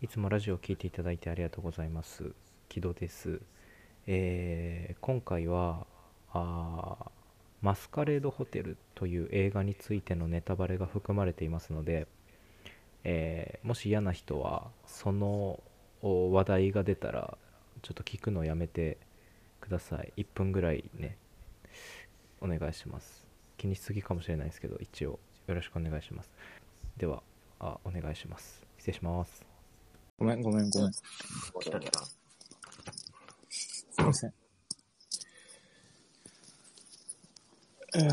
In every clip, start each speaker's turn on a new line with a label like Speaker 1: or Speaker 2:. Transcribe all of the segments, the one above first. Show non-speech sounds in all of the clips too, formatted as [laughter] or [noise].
Speaker 1: いつもラジオを聞いていただいてありがとうございます。木戸です。えー今回はあーマスカレードホテルという映画についてのネタバレが含まれていますので、えーもし嫌な人はそのお話題が出たらちょっと聞くのやめてください。1分ぐらいね、お願いします。気にしすぎかもしれないですけど、一応よろしくお願いします。では、あお願いします。失礼します。
Speaker 2: ごめん、ごめん、ごめん。す
Speaker 3: 来た来た。
Speaker 2: いません。えー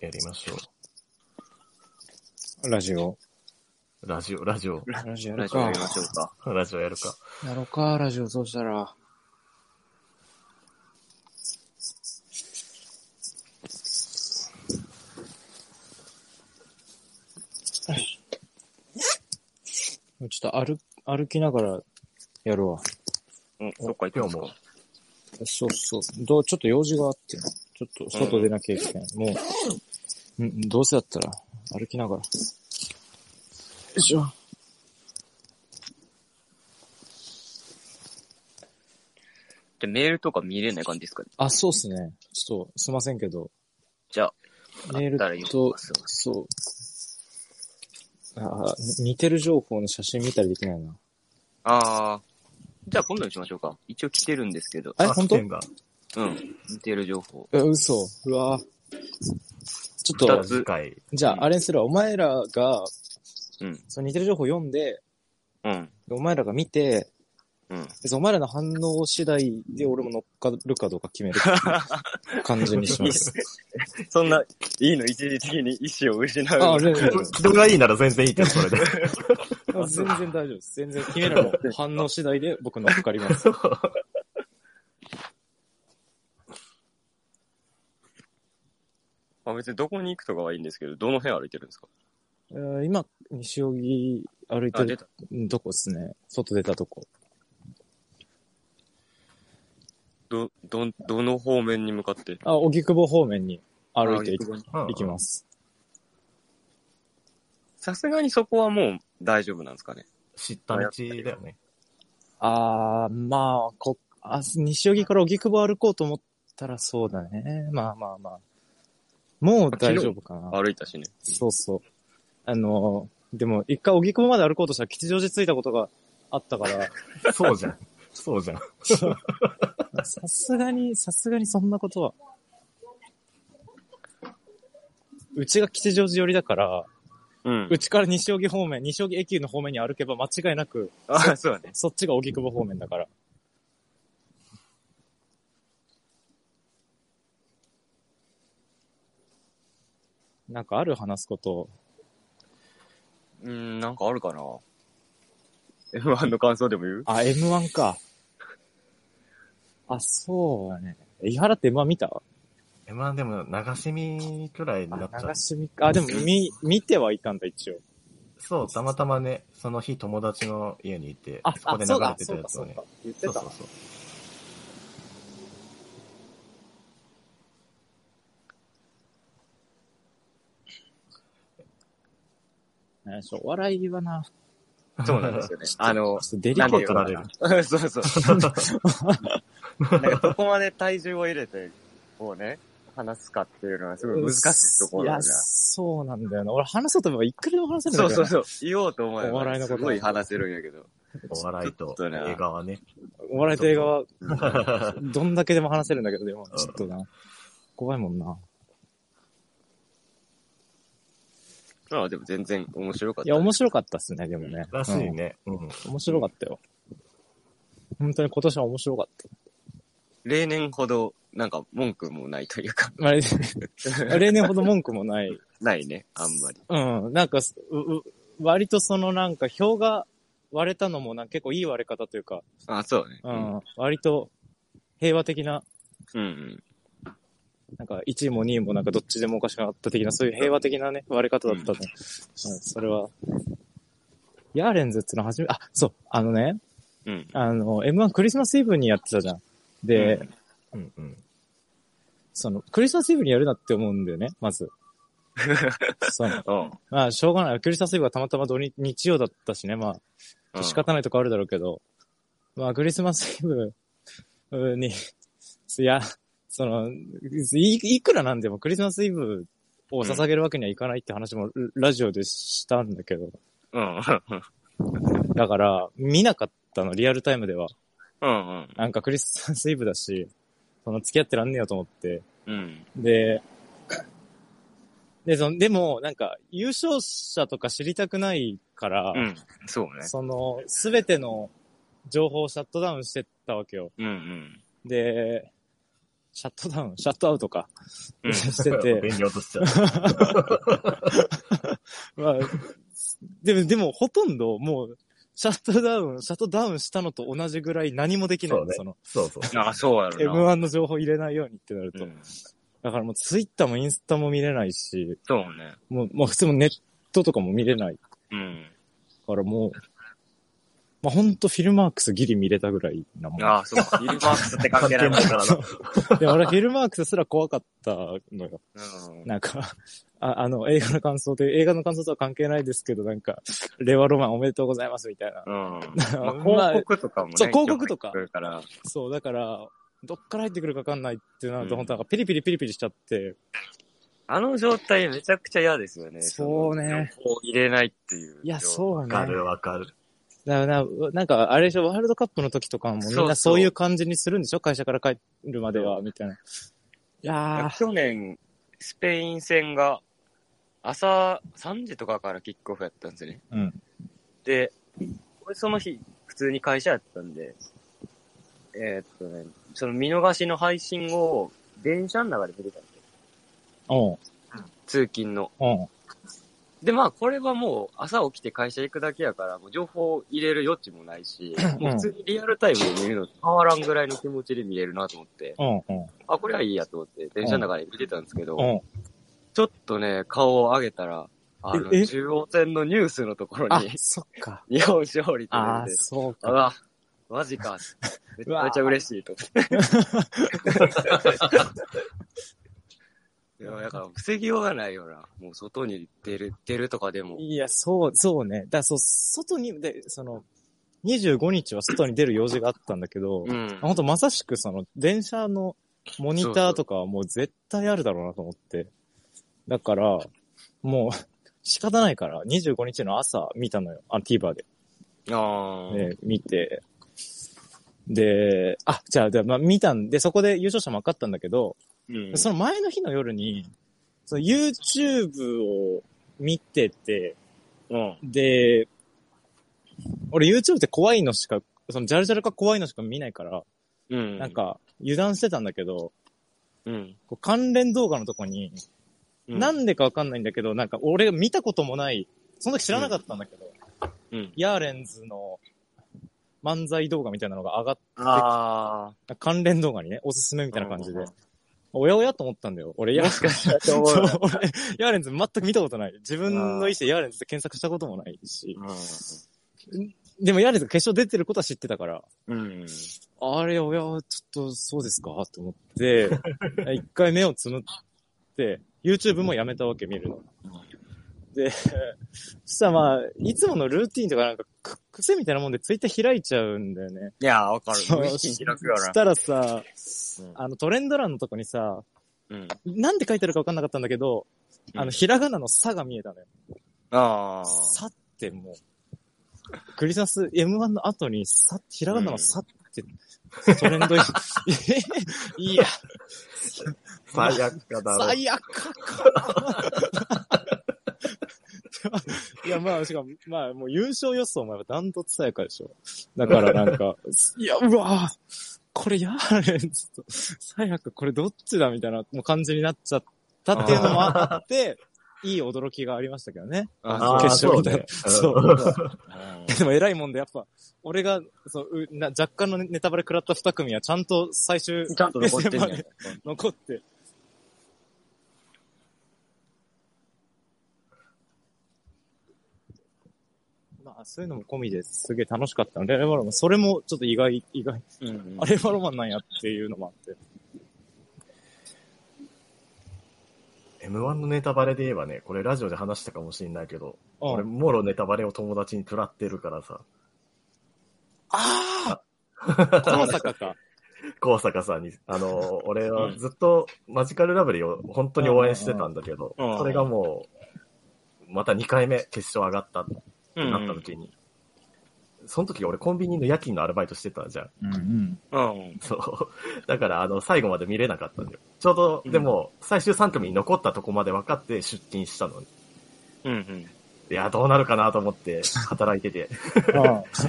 Speaker 3: やりましょ
Speaker 2: ラジオ。
Speaker 3: う。ラジオ、ラジオ。
Speaker 2: ラジオや
Speaker 4: ラ
Speaker 2: る
Speaker 4: ジオ
Speaker 2: か
Speaker 4: やり。ましょうか。
Speaker 3: ラジオやるか。
Speaker 2: やろうか、ラジオそうしたら。ちょっと歩、歩きながらやるわ。
Speaker 4: うん、どっか行くんです
Speaker 3: 今日も
Speaker 4: か
Speaker 2: そうそう。どう、ちょっと用事があって、ちょっと外出なきゃいけない。もう、うん、どうせだったら歩きながら。よいしょ。
Speaker 4: で、メールとか見れない感じですかね。
Speaker 2: あ、そうっすね。ちょっとすいませんけど、
Speaker 4: じゃあ、
Speaker 2: メー
Speaker 4: あったら
Speaker 2: ル
Speaker 4: 言
Speaker 2: と
Speaker 4: っ、ます
Speaker 2: そう。あー似てる情報の写真見たりできないな。
Speaker 4: あー。じゃあ今度にしましょうか。一応来てるんですけど。
Speaker 2: え
Speaker 3: あ
Speaker 2: 本当
Speaker 3: 来てんが
Speaker 4: うん。似てる情報。
Speaker 2: え、嘘。うわちょ
Speaker 4: 二
Speaker 2: っと、
Speaker 4: つ
Speaker 3: 次回。
Speaker 2: じゃあ、あれにするわ。お前らが、
Speaker 4: うん。
Speaker 2: その似てる情報読んで、
Speaker 4: うん。
Speaker 2: でお前らが見て、
Speaker 4: うん。
Speaker 2: 別にお前らの反応次第で俺も乗っかるかどうか決め
Speaker 4: [laughs]
Speaker 2: るっていう感じにします。
Speaker 4: [laughs] そんな、いいの一時的に意志を失う
Speaker 2: あ、あれ、全
Speaker 3: 軌道がいいなら全然いいけど、
Speaker 2: [laughs]
Speaker 3: それで。
Speaker 2: 然大丈夫です。全然君らの反応次第で僕乗っかります。
Speaker 4: まあ別にどこに行くとかはいいんですけど、どの辺歩いてるんですか
Speaker 2: えー今、西荻歩いて
Speaker 4: あ、出
Speaker 2: る
Speaker 4: た。
Speaker 2: とこですね。外出たとこ。
Speaker 4: ど、ど、どの方面に向かって
Speaker 2: あ、荻窪方面に歩いてい
Speaker 4: あ行く
Speaker 2: 行きます。
Speaker 4: さすがにそこはもう大丈夫なんですかね。
Speaker 3: す。知った道だよね。
Speaker 2: あー、まあ、こ、あ、西荻から荻窪歩こうと思ったらそうだね。まあまあまあ。もう大丈夫かな。
Speaker 4: 歩いたしね。
Speaker 2: そうそう。あのー、でも、一回荻窪まで歩こうとしたら吉祥寺着いたことがあった
Speaker 4: [laughs]
Speaker 2: から、
Speaker 3: そうじゃん。そうじゃん。
Speaker 2: さすがに、さすがにそんなことは。うちが吉祥寺寄りだから、
Speaker 4: うん
Speaker 2: う。ちから西荻方面、西荻駅の方面に歩けば間違いなく、
Speaker 4: あ、そうだね。
Speaker 2: そっちが荻窪方面だから。なんかある話すこと、
Speaker 4: うん、なんかあるかな。M1 の感想でも言う
Speaker 2: あ、M1 か。あ、そうだね。伊原って M1 見た
Speaker 3: えまあでも、流し見くらいになっちゃう
Speaker 2: 流。し見か。あ、でも見、見てはいたんだ、一応。
Speaker 3: そう、たまたまね、その日友達の家にいて
Speaker 2: あ、、
Speaker 3: そこで
Speaker 2: あ
Speaker 3: 流
Speaker 2: そうだ
Speaker 3: れ、てた
Speaker 2: そう
Speaker 3: や
Speaker 2: か、
Speaker 3: つ
Speaker 2: そ
Speaker 3: を
Speaker 2: う
Speaker 3: ね
Speaker 2: か。。言って
Speaker 3: そうそ
Speaker 2: た
Speaker 3: う。そう。
Speaker 2: ねそうお笑いはな、
Speaker 4: そうなんですよね。あの、
Speaker 2: ちょっとデリケ
Speaker 4: な
Speaker 2: ー
Speaker 4: ん
Speaker 2: ト
Speaker 4: で
Speaker 3: 取
Speaker 4: よ
Speaker 3: られる。
Speaker 4: [laughs] そうそう。なんかどこまで体重を入れて、こうね、話すかっていうのはすごい難しいところ
Speaker 2: い
Speaker 4: だ
Speaker 2: や、
Speaker 4: な。
Speaker 2: そうなんだよな。俺話そうと思えばいくらでも話せるんだ
Speaker 4: そ
Speaker 2: よ
Speaker 4: う
Speaker 2: な
Speaker 4: そうそう。言おうと思えば、
Speaker 2: お笑いのこと
Speaker 4: すごい話せるんやけど。
Speaker 3: お笑いと映画はね。
Speaker 2: お笑いと映画は、どんだけでも話せるんだけど、でも、ちょっとな、怖いもんな。
Speaker 4: まあでも全然面白かっ
Speaker 2: い
Speaker 4: た。
Speaker 2: や、面白かったっすね、でもね。
Speaker 3: らしいね。うん。
Speaker 2: うん。面白かったよ。本当に今年は面白かった。
Speaker 4: 例年ほど、なんか文句もないとい
Speaker 2: [laughs]
Speaker 4: うか、
Speaker 2: まあ、例年ほど文句もない。
Speaker 4: ないね、あんまり。
Speaker 2: うん。なんか、うう割とそのなんか、表が割れたのもな、結構いい割れ方というか、
Speaker 4: あ、そうね。
Speaker 2: うん。割と平和的な、
Speaker 4: うん。うん。
Speaker 2: なんか1位も2位もなんかどっちでもおかしくなかった的な、そういう平和的なね、割れ方だったね。うん、それは。ヤーレンズっていうのは初め、あ、そう、あのね、
Speaker 4: うん。
Speaker 2: あの、M1 クリスマスイブにやってたじゃん。で、
Speaker 3: うんうん。
Speaker 2: [laughs] その、クリスマスイブにやるなって思うんだよね、まず。そうね。
Speaker 4: うん。
Speaker 2: まあ、しょうがない。クリスタスイブがたまたま土日日曜だったしね。ま
Speaker 4: う
Speaker 2: あ、
Speaker 4: ん
Speaker 2: 仕方ないとこあるだろうけど。まあ、クリスマスイブうんに、いや、その、いいくらなんでもクリスマスイブを捧げるわけにはいかないって話もラジオでしたんだけど。
Speaker 4: うん。
Speaker 2: だから、見なかったの、リアルタイムでは。
Speaker 4: うん。うん
Speaker 2: なんかクリスマスイブだし、その付き合ってらんねえよと思って。
Speaker 4: うん。
Speaker 2: で、で、その、でも、なんか、優勝者とか知りたくないから、
Speaker 4: うん。そうね。
Speaker 2: その、すべての情報をシャットダウンしてったわけよ。
Speaker 4: うんうん。
Speaker 2: で、シャットダウン、シャットアウトか。
Speaker 4: うん
Speaker 2: して
Speaker 3: 便
Speaker 2: て、
Speaker 3: 利落としちゃう。
Speaker 2: まあ、でも、でも、ほとんど、もう、シャットダウン、シャットダウンしたのと同じぐらい何もできない
Speaker 3: そうね
Speaker 2: その、
Speaker 3: そうそう。
Speaker 4: あ、そうやろな。
Speaker 2: M1 の情報入れないようにってなると。
Speaker 4: うん
Speaker 2: だからもうツイッターもインスタも見れないし、
Speaker 4: そうね。
Speaker 2: もう、まあ普通のネットとかも見れない
Speaker 4: うん。
Speaker 2: からもう、まあほんとフィルマークスギリ見れたぐらいなもん。
Speaker 4: あ、そう
Speaker 2: [laughs]
Speaker 4: か。イルマークスって関
Speaker 3: 関
Speaker 4: 係
Speaker 3: 係
Speaker 4: な
Speaker 3: ないい
Speaker 4: もん。
Speaker 3: からな。
Speaker 2: で、俺フィルマークスすら怖かったのよ。
Speaker 4: うん
Speaker 2: なんか、あ [laughs] あの、映画の感想で、映画の感想とは関係ないですけど、なんか、令和ロマンおめでとうございますみたいな。
Speaker 4: うん。
Speaker 2: [laughs] ま
Speaker 4: ま
Speaker 2: あ
Speaker 4: あ、広告とかもね。
Speaker 2: そう広告とか
Speaker 4: それから、
Speaker 2: そう、だから、どっから入ってくるかわかんないってなると、
Speaker 4: うん
Speaker 2: 本当なんかピリピリピリピリしちゃって、
Speaker 4: あの状態めちゃくちゃ嫌ですよね。
Speaker 2: そうね。
Speaker 4: 情報入れないっていう。
Speaker 2: いや、そう
Speaker 3: わ
Speaker 2: ね。だ
Speaker 3: か
Speaker 2: か
Speaker 3: るわかる。
Speaker 2: らな、なんか、あれでしょ、ワールドカップの時とかもみん
Speaker 4: そうそ
Speaker 2: な
Speaker 4: う
Speaker 2: そういう感じにするんでしょ会社から帰るまでは、みたいな。いや
Speaker 4: 去年、スペイン戦が、朝3時とかからキックオフやったんですよね。
Speaker 2: ー、うん。
Speaker 4: で、俺その日、普通に会社やったんで、えーっとね、その見逃しの配信を、電車の中で見てたんですよ。
Speaker 2: おう、
Speaker 4: 通勤の。
Speaker 2: おう。
Speaker 4: で、まあ、これはもう、朝起きて会社行くだけやから、もう情報を入れる余地もな
Speaker 2: [laughs]
Speaker 4: いし、もう普通にリアルタイムで見るのと変わらんぐらいの気持ちで見れるなと思って、
Speaker 2: うん、うん、
Speaker 4: あ、これはいいやと思って、電車の中で見てたんですけど、
Speaker 2: うん。
Speaker 4: ちょっとね、顔を上げたら、あの、
Speaker 2: ええ
Speaker 4: 中央線のニュースのところ
Speaker 2: あ
Speaker 4: に、、
Speaker 2: そっか。
Speaker 4: [laughs] 日本勝利って
Speaker 2: ああ、
Speaker 4: 出てて、
Speaker 2: そう
Speaker 4: あ
Speaker 2: か。
Speaker 4: わ、マジか。めちゃめちゃ嬉しいと思 [laughs] って。いや、だから防ぎようがないよな。もう外に出る、出るとかでも。
Speaker 2: いや、そう、そうね。だからそう、外に、で、その、25日は外に出る用事があったんだけど、
Speaker 4: うん。
Speaker 2: 本当まさしくその、電車のモニターとかはもう絶対あるだろうなと思って。だから、もう、 [laughs] 仕方ないから、25日の朝見たのよ。あの、TVer で。
Speaker 4: ああ。
Speaker 2: で見て。で、あ、じゃあ、でまあ、見たんで、そこで優勝者も分かったんだけど、
Speaker 4: うん。
Speaker 2: その前の日の夜に、その YouTube を見てて、
Speaker 4: うん。
Speaker 2: で、俺 YouTube って怖いのしか、そのジャルジャルか怖いのしか見ないから、
Speaker 4: うん。
Speaker 2: なん、か油断してたんだけど、
Speaker 4: うん。
Speaker 2: こう関連動画のとこに、な、んでかわかんないんだけど、なんか俺が見たこともない、その時知らなかったんだけど、
Speaker 4: うん。
Speaker 2: ヤーレンズの漫才動画みたいなのが上がっ
Speaker 4: あ
Speaker 2: た関連動画にね、おすすめみたいな感じで
Speaker 4: うん。
Speaker 2: おやおやと思ったんだよ。俺、ヤーレ
Speaker 4: あ。も
Speaker 2: ン
Speaker 4: し
Speaker 2: ズ
Speaker 4: かしたらと思
Speaker 2: そうう。俺、ヤーレンズ全く見たことない。自分の意思でヤーレンズって検索したこともないし。でもヤーレンズが決勝出てることは知ってたから、
Speaker 4: うん。
Speaker 2: あれ、おや、ちょっと、そうですかと思
Speaker 4: [laughs]
Speaker 2: って、一回目をつむって、YouTube もやめたわけ、見るの。で、そしたらまあ、いつものルーティンとかなんか、く癖みたいなもんで Twitter 開いちゃうんだよね。
Speaker 4: いや、わかる。
Speaker 2: そう
Speaker 4: 無意識に開くよ
Speaker 2: し
Speaker 4: な。
Speaker 2: たらさ、
Speaker 4: うん
Speaker 2: あの、トレンド欄のとこにさ、
Speaker 4: うん。
Speaker 2: なんで書いてあるかわかんなかったんだけど、あ
Speaker 4: うん
Speaker 2: の、ひらがなの差が見えたのよ。
Speaker 4: ああ。
Speaker 2: さってもう、クリスマス M1 の後にさ、ひらがなのさって、トレンド
Speaker 4: [laughs]
Speaker 2: に、えいや、
Speaker 3: 最悪かだろ。
Speaker 2: 最悪か。 [laughs] いや、まあ、しかも、まあ、もう優勝予想もダントツさやかでしょ。だからなんか、 [laughs] いや、うわぁこれやーれん、ちょっと、最悪、これどっちだみたいなもう感じになっちゃったっていうのもあ [laughs] って、いい驚きがありましたけどね。
Speaker 4: あー
Speaker 2: 決勝みたいな。[laughs]
Speaker 3: そ
Speaker 2: そうう
Speaker 3: ね。
Speaker 2: でも偉いもんで、やっぱ、俺が、そう、うな若干のネタバレ食らった二組はちゃんと最終、
Speaker 4: ちゃんと残って
Speaker 2: [laughs] 決戦
Speaker 4: んね
Speaker 2: ま
Speaker 4: ん
Speaker 2: で。残って、まあ、そういうのも込みですげえ楽しかったので、レバロマン、それもちょっと意外、意外、
Speaker 4: うん
Speaker 2: あれレバロマンなんやっていうのもあって。
Speaker 3: M1 のネタバレで言えばね、これラジオで話したかもしれないけど、俺、
Speaker 2: うん。
Speaker 3: もろネタバレを友達に食らってるからさ、
Speaker 2: ああ高坂か。
Speaker 3: 高坂さんに、あの、俺はずっとマジカルラブリーを本当に応援してたんだけど、
Speaker 2: うんうんうん
Speaker 3: それがもう、また2回目決勝上がったって
Speaker 2: う
Speaker 3: なった時に、その時俺コンビニの夜勤のアルバイトしてたじゃん。
Speaker 5: うんうん。
Speaker 2: うん。
Speaker 3: そう。だから、あの、最後まで見れなかったんだよ。ちょうど、でも、最終3組に残ったとこまで分かって出勤したのに。
Speaker 2: うんうん。
Speaker 3: いや、どうなるかなと
Speaker 2: [laughs]
Speaker 3: 思って、働いてて、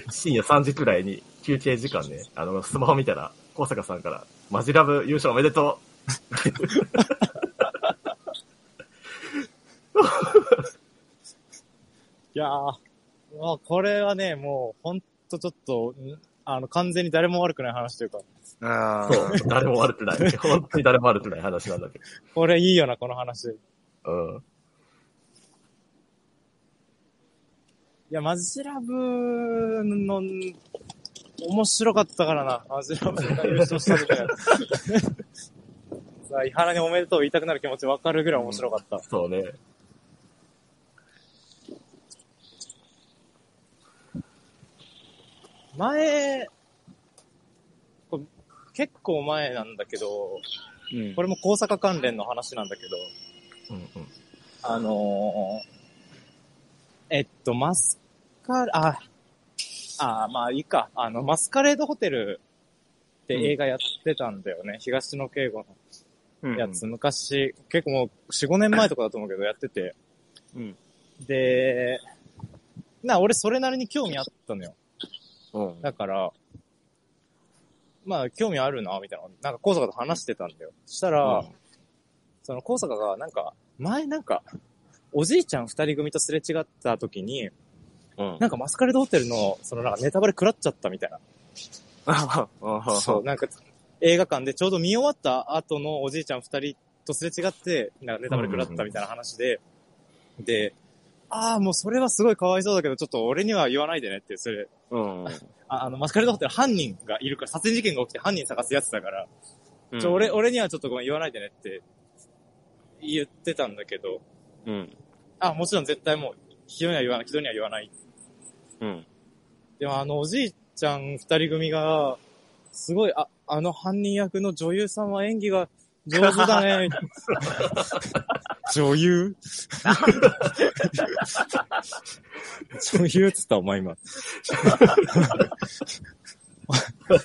Speaker 3: 深夜3時くらいに休憩時間ね、あの、スマホ見たら、高坂さんから、マジラブ優勝おめでと
Speaker 2: いやー、まあ、これはね、もう、ほんとちょっと、んあの、完全に誰も悪くない話というか、
Speaker 4: あ
Speaker 3: うそう、誰も悪く
Speaker 2: [laughs]
Speaker 3: ない。本当に誰も悪くない話なんだけ
Speaker 2: これいいよな、この話。い
Speaker 3: ど。うん。
Speaker 2: や、マジラブの、面白かったからな。マジラブが優勝したみたいな。 [laughs] さあ、伊原におめでとう言いたくなる気持ちわかるぐらい面白かった。
Speaker 3: そうね。
Speaker 2: 前、これ結構前なんだけど、
Speaker 4: うん
Speaker 2: これも高坂関連の話なんだけど、
Speaker 3: うんうん。
Speaker 2: あのー、えっと、マスカレ、あ、あ、まあいいか。あの、マスカレードホテルって映画やってたんだよね。東野敬吾
Speaker 4: う
Speaker 2: の
Speaker 4: ん
Speaker 2: やつ。昔、結構もう4、5年前とかだと思うけど、やってて。
Speaker 4: うん
Speaker 2: で、な、俺それなりに興味あったのよ。
Speaker 4: うん
Speaker 2: だから、まあ、興味あるな、みたいな。なんか、高坂と話してたんだよ。そしたら、その高坂が、なんか、前なんか、おじいちゃん二人組とすれ違った時に、
Speaker 4: うん
Speaker 2: なんかマスカレードホテルの、そのなんかネタバレ食らっちゃったみたいな。
Speaker 4: そ
Speaker 2: そう、なんか、映画館でちょうど見終わった後のおじいちゃん二人とすれ違って、なんかネタバレ食らったみたいな話で、で、ああ、もうそれはすごいかわいそうだけど、ちょっと俺には言わないでねって、それ、
Speaker 4: うん。
Speaker 2: ああの、マスカレードホテル犯人がいるから、殺人事件が起きて犯人探すやつだから、
Speaker 4: うん。
Speaker 2: ちょ俺、俺にはちょっとごめん言わないでねって言ってたんだけど、
Speaker 4: うん。
Speaker 2: あ、もちろん絶対もう、人には言わない、人には言わない。
Speaker 4: うん。
Speaker 2: でもあの、おじいちゃん二人組が、すごい、あ、あの犯人役の女優さんは演技が上手だね。女優女優っつったお前今。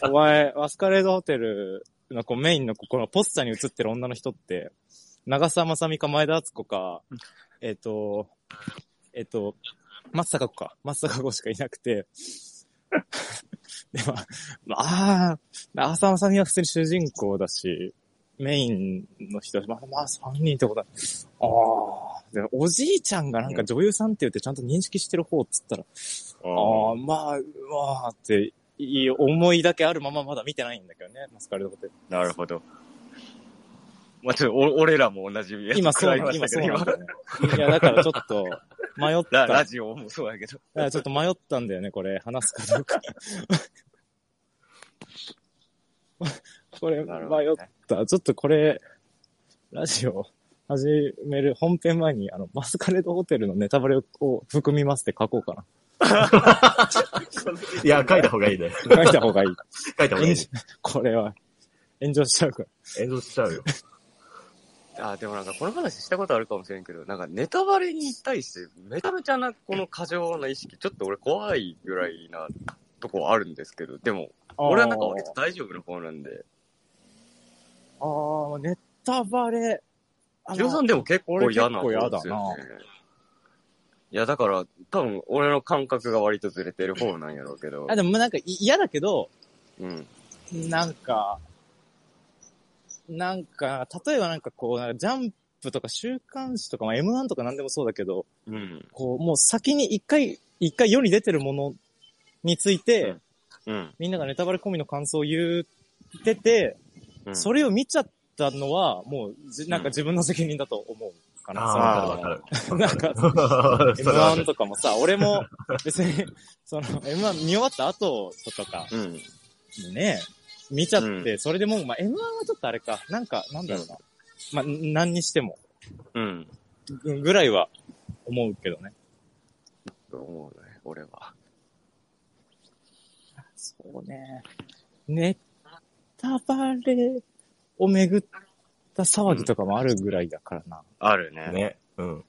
Speaker 2: お前、マスカレードホテルのこうメインのここのポスターに映ってる女の人って、長澤まさみか前田敦子か、えっ、と、えっ、と、松坂子か。松坂子しかいなくて。でも、まあ、長澤まさみは普通に主人公だし、メインの人、まあ、まあ、3人ってことだ。ああ。でおじいちゃんがなんか女優さんって言ってちゃんと認識してる方っつったら、ああ、まあ、うわあって、いい思いだけあるまままだ見てないんだけどね、マスカレードホテル。
Speaker 4: なるほど。まあ、ちょっと、お俺らも同じやつ
Speaker 2: 今
Speaker 4: 食
Speaker 2: そ
Speaker 4: ら
Speaker 2: う、
Speaker 4: いま
Speaker 2: 今
Speaker 4: したけ
Speaker 2: そう
Speaker 4: ど、
Speaker 2: なん
Speaker 4: 今
Speaker 2: だよね。いや、だからちょっと、迷っ
Speaker 4: [laughs]
Speaker 2: た。
Speaker 4: ララジオもそうやけど。
Speaker 2: だからちょっと迷ったんだよね、これ。話すかどうか。 [laughs] これ、
Speaker 4: なる
Speaker 2: 迷った。ちょっとこれ、ラジオ始める本編前に、あの、マスカレードホテルのネタバレを含みますって書こうか
Speaker 3: いや、書いた方がいいね。
Speaker 2: な。書いた方がいい。
Speaker 3: 書いた方がいい。
Speaker 2: これは、炎上し [laughs] ちゃうから。
Speaker 3: 炎上しちゃうよ。
Speaker 4: あーでもなんかこの話したことあるかもしれんけど、なんかネタバレに対してめちゃめちゃなこの過剰な意識、ちょっと俺怖いぐらいなとこはあるんですけど、でも、俺はなんか割と大丈夫な方なんで、
Speaker 2: あーあー、ネタバレ。あの
Speaker 4: ジョーさんでも結構嫌な方
Speaker 2: 俺結構嫌だな
Speaker 4: ですよね。いや、だから、多分、俺の感覚が割とずれてる方なんやろうけど
Speaker 2: あ、。でもなんかい嫌だけど、
Speaker 4: うん。
Speaker 2: なんか、なんか、例えばなんかこう、なんかジャンプとか週刊誌とか、まあ、M1 とかなんでもそうだけど、
Speaker 4: うん。
Speaker 2: こう、もう先に一回、一回世に出てるものについて、
Speaker 4: うんうん。
Speaker 2: みんながネタバレ込みの感想を言ってて、
Speaker 4: うん、
Speaker 2: それを見ちゃったのは、もうじ、なんか自分の責任だと思うかな。その
Speaker 3: ああ、わかるわかる。
Speaker 2: なんか、[laughs]
Speaker 3: [laughs] それは
Speaker 2: M1 とかもさ、俺も別に、その M1 見終わった後とか
Speaker 4: うん。
Speaker 2: ね、見ちゃって、
Speaker 4: う
Speaker 2: それでもう、まあ、M1 はちょっとあれか、なんか、なんだろうな。まあ、ん何にしても。
Speaker 4: うん。
Speaker 2: ぐぐらいは思うけどね。
Speaker 4: と思うね、俺は。
Speaker 2: そうね。ネタバレをめぐった騒ぎとかもあるぐらいだからな。
Speaker 4: あるね。
Speaker 3: ね。うん。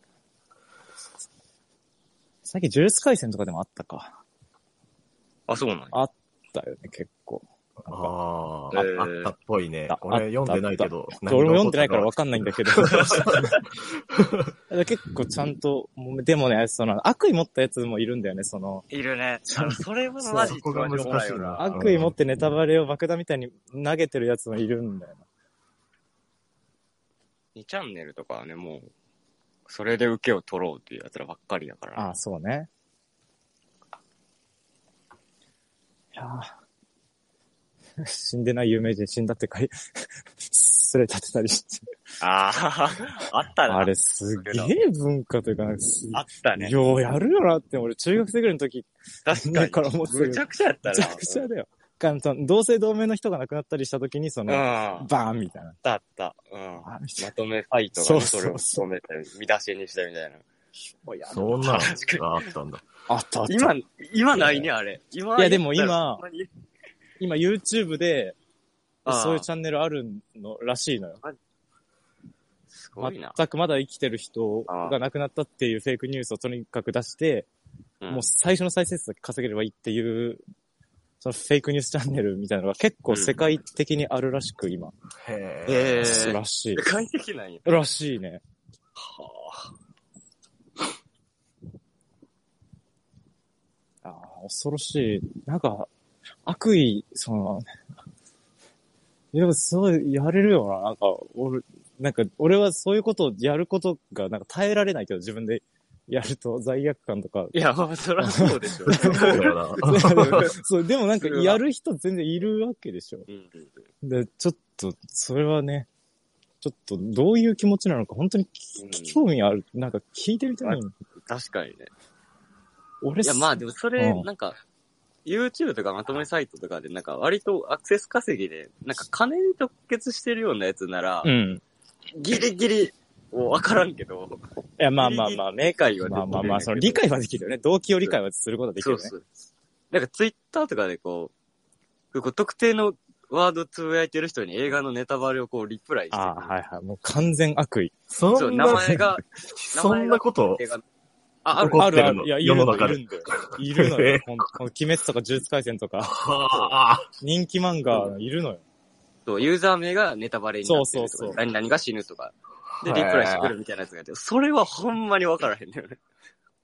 Speaker 2: さっき呪術回戦とかでもあったか。
Speaker 4: あ、そうなんや。
Speaker 2: だよね、結構。
Speaker 3: あ
Speaker 2: なん
Speaker 3: あ
Speaker 2: か
Speaker 3: ー、
Speaker 4: えー
Speaker 3: あったっぽいね
Speaker 2: あ。
Speaker 3: 俺読んでないけど。
Speaker 2: 俺も読んでないからわ
Speaker 3: 分
Speaker 2: かんないんだ
Speaker 3: [laughs]
Speaker 4: [laughs]
Speaker 2: けど。結構ちゃんと、もうでもね、その、悪意持ったやつもいるんだよね、その、
Speaker 4: いるね。あのそれは
Speaker 2: そう
Speaker 4: マジ
Speaker 3: そこが難しいなあ
Speaker 2: 悪意持ってネタバレを爆弾みたいに投げてるやつもいるんだよな。
Speaker 4: 2チャンネルとかはね、もう、それで受けを取ろうっていうやつらばっかりだから。
Speaker 2: ああ、そうね。いやー [laughs] 死んでない有名人死んだってかい、 [laughs] すれ立てたりして。
Speaker 4: あー [laughs] あったな。
Speaker 2: あれすげえ文化というか、なんかす
Speaker 4: あったね。
Speaker 2: ようやるよなって、俺中学生ぐらいの時、
Speaker 4: 確
Speaker 2: だか
Speaker 4: か
Speaker 2: ら
Speaker 4: に。
Speaker 2: 思ってたけど
Speaker 4: むちゃくちゃやった
Speaker 2: め
Speaker 4: な。
Speaker 2: ちゃくちゃだよ。かその同姓同名の人が亡くなったりした時に、そ
Speaker 4: うん。
Speaker 2: の、
Speaker 4: あっ
Speaker 2: バーンみたいな。
Speaker 4: たあった。うん。
Speaker 2: バーンみたい
Speaker 4: まとめファイトが、
Speaker 2: そう
Speaker 4: ね、
Speaker 2: そ
Speaker 4: そうれを止めたり、見出しにしたみたいな。
Speaker 2: な。
Speaker 3: そんなのがあったんだ。
Speaker 2: あったあった。
Speaker 4: 今、今ないね、あれ。今
Speaker 2: いやでも今
Speaker 4: ほんまに
Speaker 2: 今 YouTube で、
Speaker 4: ああ
Speaker 2: そういうチャンネルあるのらしいのよ。
Speaker 4: すごいな。
Speaker 2: 全くまだ生きてる人が亡くなったっていうフェイクニュースをとにかく出して、
Speaker 4: うん
Speaker 2: もう最初の再生数だけ稼げればいいっていう、そのフェイクニュースチャンネルみたいなのが結構世界的にあるらしく、今。
Speaker 3: へえ。
Speaker 4: えー、
Speaker 2: らしい
Speaker 4: 世。界的なんや。
Speaker 2: らしいね。はあ。ああ、恐ろしい。なんか、悪意、その、いや、すごい、やれるよな。なんか、俺、なんか、俺はそういうことをやることが、なんか耐えられないけど、自分でやると罪悪感と [laughs] か。
Speaker 4: いや、まあ、そりゃそうでし
Speaker 3: [laughs]
Speaker 4: ょ。
Speaker 3: そうだよな。
Speaker 2: そう、でもなんか、やる人全然いるわけでしょ。
Speaker 4: [laughs] うんうん
Speaker 2: で、ちょっと、それはね、ちょっと、どういう気持ちなのか、本当に
Speaker 4: うん
Speaker 2: 興味ある、なんか聞いてみたいな。
Speaker 4: 確かにね。
Speaker 2: 俺
Speaker 4: いや、まあでもそれ
Speaker 2: う、ん
Speaker 4: なんか、YouTube とかまとめサイトとかで、なんか割とアクセス稼ぎで、なんか金に直結してるようなやつなら
Speaker 2: う、ん。
Speaker 4: ギリギリ、もうわからんけど、
Speaker 2: いや、まあまあまあ、明
Speaker 4: 理解はできる
Speaker 2: まあまあまあ、その理解はできるよね。動機を理解はすることはできる
Speaker 4: そ
Speaker 2: よ
Speaker 4: う
Speaker 2: ね。
Speaker 4: そう。なんか Twitter とかでこう、こう特定のワードつぶやいてる人に映画のネタバレをこうリプライしてく
Speaker 2: あ
Speaker 4: る
Speaker 2: あ、はいはい。もう完全悪意。
Speaker 4: そう、
Speaker 3: そん
Speaker 4: 名
Speaker 3: な、
Speaker 4: 前が、
Speaker 3: そんなこと
Speaker 4: 映画のあ、ある
Speaker 3: 怒
Speaker 2: あ
Speaker 3: って
Speaker 2: るあ
Speaker 3: るの
Speaker 2: る。いや、い
Speaker 3: 世
Speaker 2: る
Speaker 3: の
Speaker 2: の
Speaker 3: 中
Speaker 2: い
Speaker 3: で
Speaker 2: るんだよ。いるのよ。ほんとこの鬼滅とか呪術廻戦とか、
Speaker 3: ああ
Speaker 2: 人気漫画いるのよ。
Speaker 4: と、ユーザー名がネタバレになって
Speaker 2: そ
Speaker 4: る
Speaker 2: う
Speaker 4: と
Speaker 2: そうそう
Speaker 4: か、何々が死ぬとか、で、
Speaker 3: はい
Speaker 4: リプライしてくるみたいなやつがあって、それはほんまにわからへんだよね。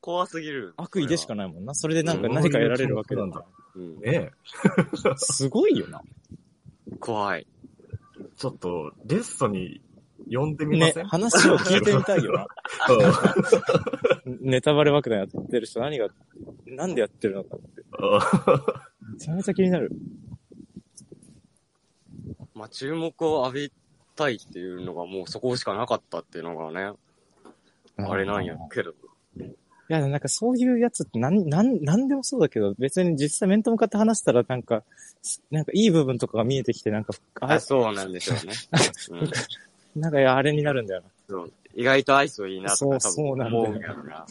Speaker 4: 怖すぎる。
Speaker 2: 悪意でしか
Speaker 4: な
Speaker 2: ないもんな。それでなんか
Speaker 3: うん
Speaker 2: 何か得られるわけだ
Speaker 3: そういう
Speaker 4: い。うん
Speaker 3: ね
Speaker 2: すごいよな。
Speaker 4: 怖い。
Speaker 3: ちょっと、ゲストに呼んでみま
Speaker 2: ね
Speaker 3: せん、 [laughs]
Speaker 2: 話を聞いてみたいよな。
Speaker 3: うん
Speaker 2: ネタバレ爆弾やってる人何が、なんでやってるのかって。めちゃめちゃ気になる。
Speaker 4: まあ、注目を浴びたいっていうのがもうそこしかなかったっていうのがね、あれなんやけど。
Speaker 2: いや、なんかそういうやつってなん、なん、なんでもそうだけど、別に実際面と向かって話したらなんか、すなんかいい部分とかが見えてきて、なんか、あ
Speaker 4: あ、そうなんでしょうね。
Speaker 2: [laughs]
Speaker 4: うん
Speaker 2: なんかいやあれになるんだよ
Speaker 4: そう意外とアイスをいいなとか
Speaker 2: そうそ
Speaker 4: 多分
Speaker 2: うなんだよ
Speaker 4: 思うんやろな。
Speaker 2: な。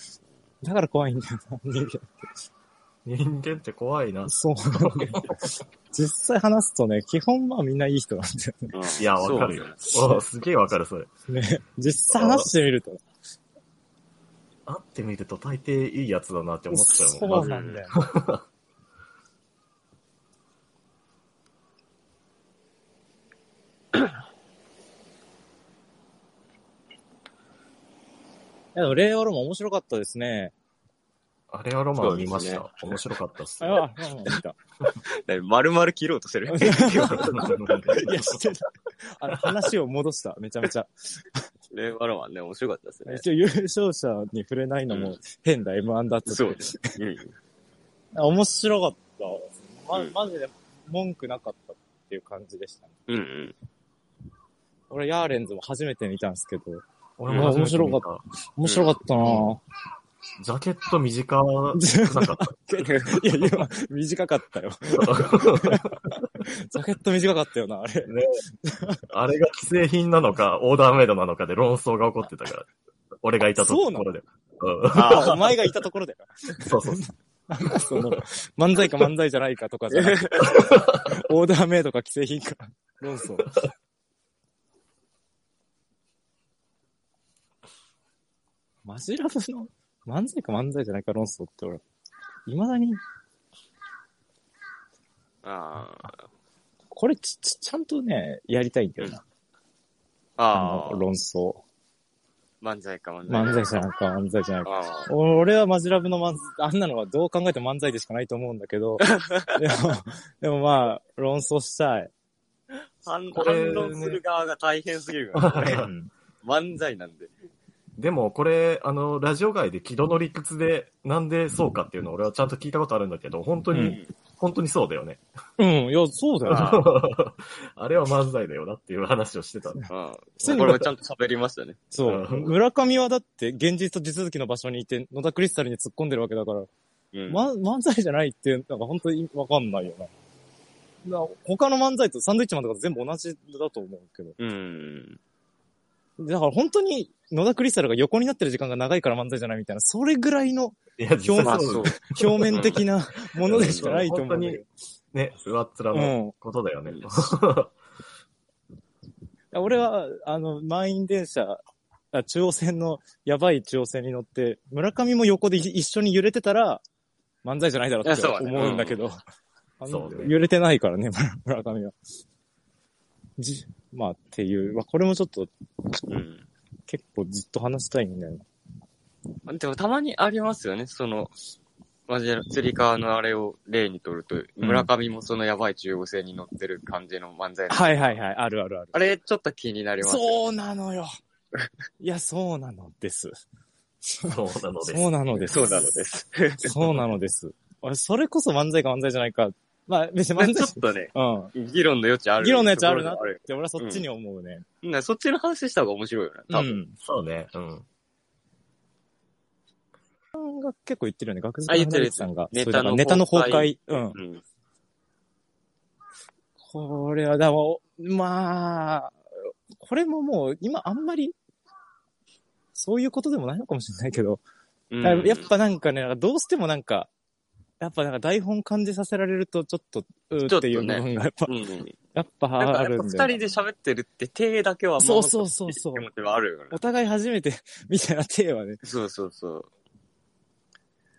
Speaker 2: だから怖いんだよな、人
Speaker 3: 人間って怖いな
Speaker 2: 間。。
Speaker 4: [laughs]
Speaker 2: そうなんだよ。実際話すとね、基本まあみんない [laughs] い人なんだよね
Speaker 4: うん
Speaker 3: いや、わかるよ。うんすげえわかる、それ。
Speaker 2: ね。実際話してみると。
Speaker 3: 会ってみると大抵いいやつだなって思っちゃうもん
Speaker 2: そうなんだよ。いや、でも令和ロマン面白かったですね。
Speaker 3: あれはロマン見まし
Speaker 4: そう
Speaker 3: た。面白かったっす
Speaker 2: あ、
Speaker 3: ね。
Speaker 2: ロ
Speaker 3: [laughs]
Speaker 2: マン見た。
Speaker 4: そう。丸々切ろうとしてる。
Speaker 2: いや、してた。あの、話を戻した、めちゃめちゃ。
Speaker 4: [laughs] 令和ロマンね、面白かったですね。
Speaker 2: 一応優勝者に触れないの
Speaker 4: う
Speaker 2: も変だ、M1 だって。
Speaker 4: そうで。す。うん。
Speaker 2: 面白かった。ま
Speaker 4: う、ん
Speaker 2: マジで文句なかったっていう感じでしたね。
Speaker 4: うんうん。
Speaker 2: 俺、ヤーレンズも初めて見たんですけど、
Speaker 3: 俺も初めて見
Speaker 2: 面白面白かったなぁ。
Speaker 3: ジャケット短くなかっ [laughs]
Speaker 2: いや、今、短かったよ。
Speaker 3: た。
Speaker 2: ジャケット短かったよな、あれ。
Speaker 3: ね、あれが既製品なのか、オーダーメイドなのかで論争が起こってたから、俺がいたと
Speaker 2: そうなの
Speaker 3: ころで。うん
Speaker 2: あお前がいたところだよ。
Speaker 3: そうそうそう。
Speaker 2: その、漫才か漫才じゃないかとかじゃなくてオーダーメイドか既製品か、論争。マジラブの漫才か漫才じゃないか論争って俺、未だに、
Speaker 4: あ
Speaker 2: これち、ちちゃんとね、やりたいんだよな。
Speaker 4: あ。あ
Speaker 2: あ
Speaker 4: あ
Speaker 2: の。論争。
Speaker 4: 漫才か漫才
Speaker 2: 漫才じゃないか漫才じゃないか。
Speaker 4: ああ。
Speaker 2: お俺はマジラブの漫才、あんなのはどう考えても漫才でしかないと思うんだけど、でも、でもまあ、論争したい。
Speaker 4: 反
Speaker 3: これ
Speaker 4: 反論する側が大変すぎ
Speaker 2: [laughs]
Speaker 4: るからね、漫才なんで。
Speaker 3: でも、これ、あの、ラジオ外で軌道の理屈で、なんでそうかっていうのを俺はちゃんと聞いたことあるんだけど、本当に、
Speaker 4: うん
Speaker 3: 本当にそうだよね。
Speaker 2: うん、いや、そうだよ、ね。
Speaker 4: ああ
Speaker 3: [laughs] あれは漫才だよなっていう話をしてた。
Speaker 4: うん
Speaker 2: 通に
Speaker 4: これもちゃんと喋りましたね。
Speaker 2: [laughs] そうう。
Speaker 3: ん
Speaker 2: 村上はだって、現実と地続きの場所にいて、野田クリスタルに突っ込んでるわけだから、
Speaker 4: うん。
Speaker 2: ま、漫才じゃないって、なんか本当にわかんないよな。な他の漫才とサンドイッチマンとか全部同じだと思うけど。
Speaker 4: うん。
Speaker 2: だから本当に野田クリスタルが横になってる時間が長いから漫才じゃないみたいな、それぐらいの
Speaker 3: いや、実際
Speaker 4: まあそう。
Speaker 2: 表面的なものでしかないと思うんだけど。
Speaker 3: ね、上っ面
Speaker 2: う
Speaker 3: の
Speaker 2: ん。
Speaker 3: ことだ
Speaker 2: [laughs]
Speaker 3: よね。 [laughs]
Speaker 2: 俺は、あの、満員電車、あ中央線の、やばい中央線に乗って、村上も横でい一緒に揺れてたら、漫才じゃないだろう
Speaker 4: い
Speaker 2: っ
Speaker 4: や
Speaker 2: て
Speaker 4: そうだね
Speaker 2: 思うんだけど、あの
Speaker 3: そうね
Speaker 2: 揺れてないからね、村村上は。じ、まあっていう、まあこれもちょっと
Speaker 4: うん
Speaker 2: 結構ずっと話したいんだよな。
Speaker 4: でもたまにありますよね、その、マジラ釣り革のあれを例にとると、村上もそのやばい中央線に乗ってる感じの漫才の、
Speaker 2: はいはいはい、あるあるある。
Speaker 4: あれちょっと気になります。
Speaker 2: そうなのよ。いや、そうなのです。
Speaker 3: そうなので
Speaker 2: そうなのです。
Speaker 4: そうなの
Speaker 2: [laughs]
Speaker 4: です。
Speaker 2: そうなのです。俺、それこそ漫才か漫才じゃないか。まあ、別に漫
Speaker 4: ちょ
Speaker 2: 才 [laughs]
Speaker 4: っとね、
Speaker 2: うん。
Speaker 4: 議論の余地ある。
Speaker 2: 議論のやつあるなっ
Speaker 4: ところでは
Speaker 2: て、俺はそっちに思うね。
Speaker 4: あるなそっちの話した方が面白いよね、
Speaker 2: 多
Speaker 4: 多分。
Speaker 2: 分。
Speaker 3: そうね。うん。
Speaker 2: が結構言ってるよね、学術
Speaker 4: あ言ってる
Speaker 2: のさんが。
Speaker 4: 言っ
Speaker 2: そ
Speaker 4: て
Speaker 2: う
Speaker 4: る
Speaker 2: だからネタの崩壊。うん。
Speaker 4: うん。
Speaker 2: これは、だからまあ、これももう、今あんまり、そういうことでもないのかもしれないけど、
Speaker 4: うん
Speaker 2: だからやっぱなんかね、なんかどうしてもなんか、やっぱなんか台本感じさせられるとちょっと、うー
Speaker 4: ちょっ
Speaker 2: っ
Speaker 4: と
Speaker 2: て
Speaker 4: ね
Speaker 2: いう部分がやっぱ、
Speaker 4: うん。
Speaker 2: やっ
Speaker 4: なん
Speaker 2: ぱ
Speaker 4: か
Speaker 2: あ
Speaker 4: やっ
Speaker 2: る
Speaker 4: ぱ
Speaker 2: ん
Speaker 4: 二
Speaker 2: だ
Speaker 4: 人
Speaker 2: よ
Speaker 4: で喋ってるって手だけは
Speaker 2: そうそうそうそう
Speaker 4: 守ってって気持ちはあるよね
Speaker 2: お。互い初めて [laughs] みたいなテーマね。
Speaker 4: そうそうそ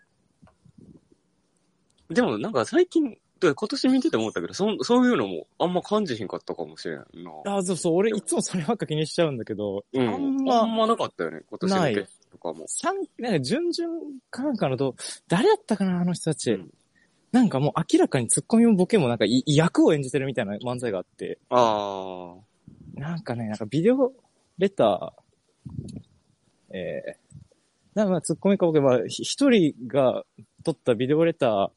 Speaker 4: う。でもなんか最近、今年見てて思ったけど、そんそういうのもあんま感じひんかったかもしれないな。
Speaker 2: あ、そうそう、俺いつもそればっか気にしちゃうんだけど、
Speaker 4: うん、
Speaker 2: あんま
Speaker 4: あんまなかったよね、今年の
Speaker 2: ない
Speaker 4: 決勝とかも。
Speaker 2: 三、なんか、準々かなんかのと、誰だったかな、あの人たち。
Speaker 4: うん
Speaker 2: なんかもう明らかにツッコミもボケもなんかい役を演じてるみたいな漫才があって、
Speaker 4: あ
Speaker 2: なんかね、なんかビデオレター、ええなんかまあツッコミかボケ、まあひ一人が撮ったビデオレタ
Speaker 4: あ。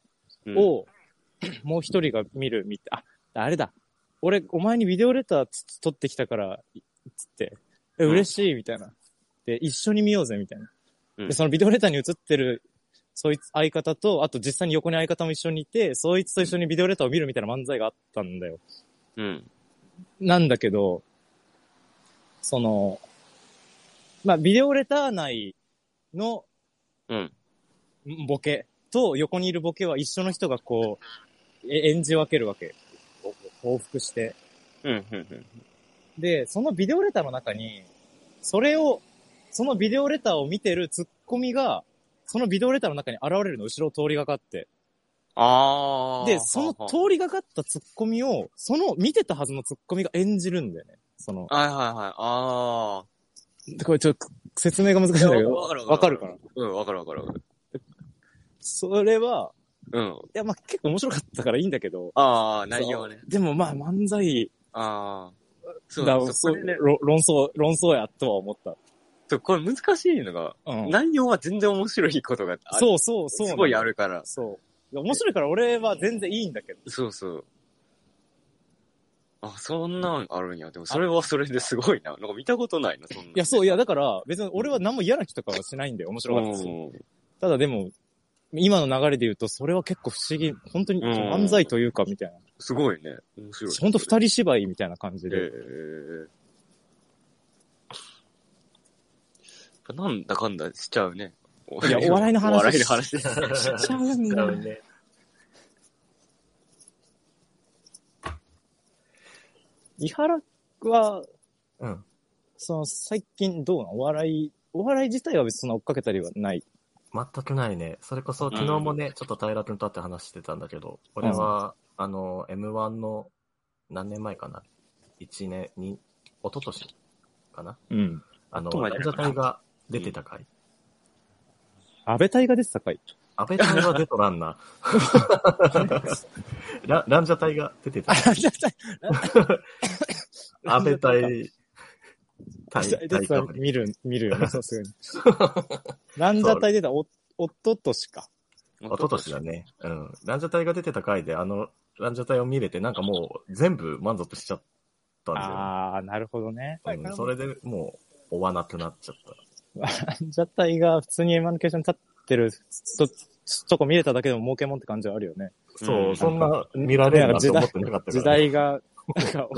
Speaker 2: ーを、 [clears throat] もう一人が見るみたい、あ、あれだ。俺、お前にビデオレターつ撮ってきたから、いつって、え、
Speaker 4: うん
Speaker 2: 嬉しいみたいな。で、一緒に見ようぜみたいな。
Speaker 4: うん
Speaker 2: で、そのビデオレターに映ってる、そいつ、相方と、あと実際に横に相方も一緒にいて、そいつと一緒にビデオレターを見るみたいな漫才があったんだよ。
Speaker 4: うん。
Speaker 2: なんだけど、その、まあ、ビデオレター内の
Speaker 4: うん。
Speaker 2: ボケと横にいるボケは一緒の人がこう、え演じ分けるわけ。こう報復して。
Speaker 4: うん。うん。
Speaker 2: で、そのビデオレターの中に、それを、そのビデオレターを見てるツッコミが、そのビデオレターの中に現れるの、後ろを通りがかって。
Speaker 4: ああ。
Speaker 2: で、その通りがかったツッコミを、その見てたはずのツッコミが演じるんだよね。その、
Speaker 4: はいはいはい。あ
Speaker 2: これちょっと説明が難しいんだけど、
Speaker 4: いやわかるわか
Speaker 2: わかる
Speaker 4: る
Speaker 2: かな。
Speaker 4: あ。うん、わかるわかるわかる。
Speaker 2: それは、
Speaker 4: うん。
Speaker 2: いや、まあ結構面白かったからいいんだけど、
Speaker 4: ああ、内容はね。
Speaker 2: でもまあ漫才
Speaker 4: ああ。そう
Speaker 2: だ、
Speaker 4: だ、
Speaker 2: そ
Speaker 4: そうこれね、
Speaker 2: ろ論争、論争やとは思った。
Speaker 4: そうこれ難しいのが、
Speaker 2: うん。
Speaker 4: 内容は全然面白いことがある。
Speaker 2: そうそうそう。
Speaker 4: すごいあ。るから。
Speaker 2: そう。面白いから俺は全然いいんだけど。
Speaker 4: そうそう。あ、そんなんあるんや。でもそれはそれですごいな。なんか見たことないな、そんな。
Speaker 2: いや、そう、いや、だから、別に俺は何も嫌な気とかはしないんだよ。面白かったし。
Speaker 4: うん。
Speaker 2: ただでも、今の流れで言うと、それは結構不思議、本当に
Speaker 4: うん
Speaker 2: 漫才というか、みたいな。
Speaker 4: すごいね。面白い。
Speaker 2: ほんと二人芝居みたいな感じ
Speaker 4: え
Speaker 2: で。
Speaker 4: ーなんだかんだしちゃうね。
Speaker 2: いやお笑いの話
Speaker 4: お笑いの話です。
Speaker 2: [laughs] しちゃ
Speaker 3: [laughs]
Speaker 2: うんだ
Speaker 3: 多分ね。
Speaker 2: [laughs] 伊原は、
Speaker 3: うん。
Speaker 2: その最近どうなんお笑い、お笑い自体は別にそんな追っかけたりはない。
Speaker 3: 全くないね。それこそ昨日もね、ちょっと平君と会って話してたんだけど、俺は、あの、M1 の何年前かな ?1 年、に、一昨年かな
Speaker 2: うん。
Speaker 3: あの、
Speaker 4: とまで
Speaker 3: ラジャタイが出てた回。
Speaker 2: 安倍隊が出てたかい
Speaker 3: 安倍隊は出とらんな。ラランジャタイが出 [laughs] てた。
Speaker 2: 安倍隊
Speaker 3: 安倍隊、隊、隊
Speaker 2: 出てた
Speaker 3: か
Speaker 2: ら
Speaker 3: ぶり。
Speaker 2: 見る、見るよ
Speaker 3: [laughs]
Speaker 2: ね、さすがに。ランジャタイ出た、お、おととしか。
Speaker 4: 一
Speaker 3: 一昨年だね。うん。ランジャタイが出てた回で、あの、ランジャタイを見れて、なんかもう全部満足しちゃったんだよね。
Speaker 2: ああ、なるほどね。
Speaker 3: うん、それでもう追わなくなっちゃった。
Speaker 2: ランジャタイが普通に M1 の決勝に立ってると、とこ見れただけでも儲けもんって感じはあるよね。
Speaker 3: そう、
Speaker 4: うん
Speaker 3: そんな見られるなと思ってなかったから。
Speaker 2: 時代が、なんか、
Speaker 4: だ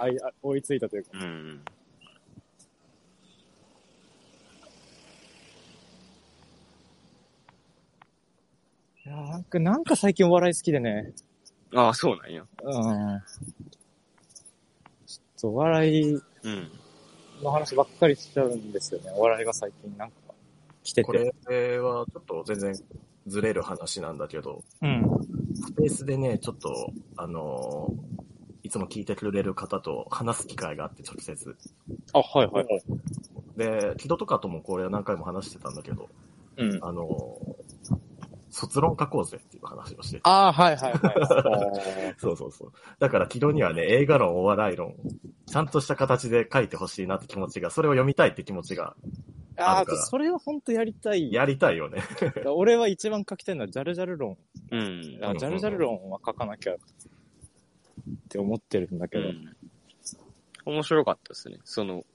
Speaker 2: あいあ追いついたというか。
Speaker 4: うん。
Speaker 2: いやーなんか、なんか最近お笑い好きでね。
Speaker 4: ああ、そうなんや。
Speaker 2: うん。ちょっとお笑い
Speaker 4: うん。
Speaker 2: の話ばっかりしちゃうんですよね。お笑いが最近なんか来て
Speaker 3: こ
Speaker 2: て。
Speaker 3: れはちょっと全然ずれる話なんだけど、
Speaker 2: うん。
Speaker 3: スペースでね、ちょっと、あのーいつも聞いてくれる方と話す機会があって直接。
Speaker 2: あ、はいはい。
Speaker 3: で、木戸とかともこれは何回も話してたんだけど、
Speaker 2: うん。
Speaker 3: あのー卒論書こうぜっていう話をしてて。
Speaker 2: ああ、はいはい
Speaker 4: [laughs]
Speaker 2: はい。
Speaker 3: そうそうそう。だから木戸にはね、映画論、お笑い論、ちゃんとした形で書いてほしいなって気持ちが、それを読みたいって気持ちが、
Speaker 2: あ
Speaker 3: あ
Speaker 2: あ
Speaker 3: るから
Speaker 2: ー、それは本当やりたい。
Speaker 3: やりたいよね。
Speaker 2: 俺は一番書きたいのはジャルジャル論。
Speaker 4: うん。
Speaker 2: あジャルジャル論は書かなきゃって思ってるんだけ
Speaker 4: う
Speaker 2: [laughs] ど。
Speaker 4: ん。面白かったですね。その、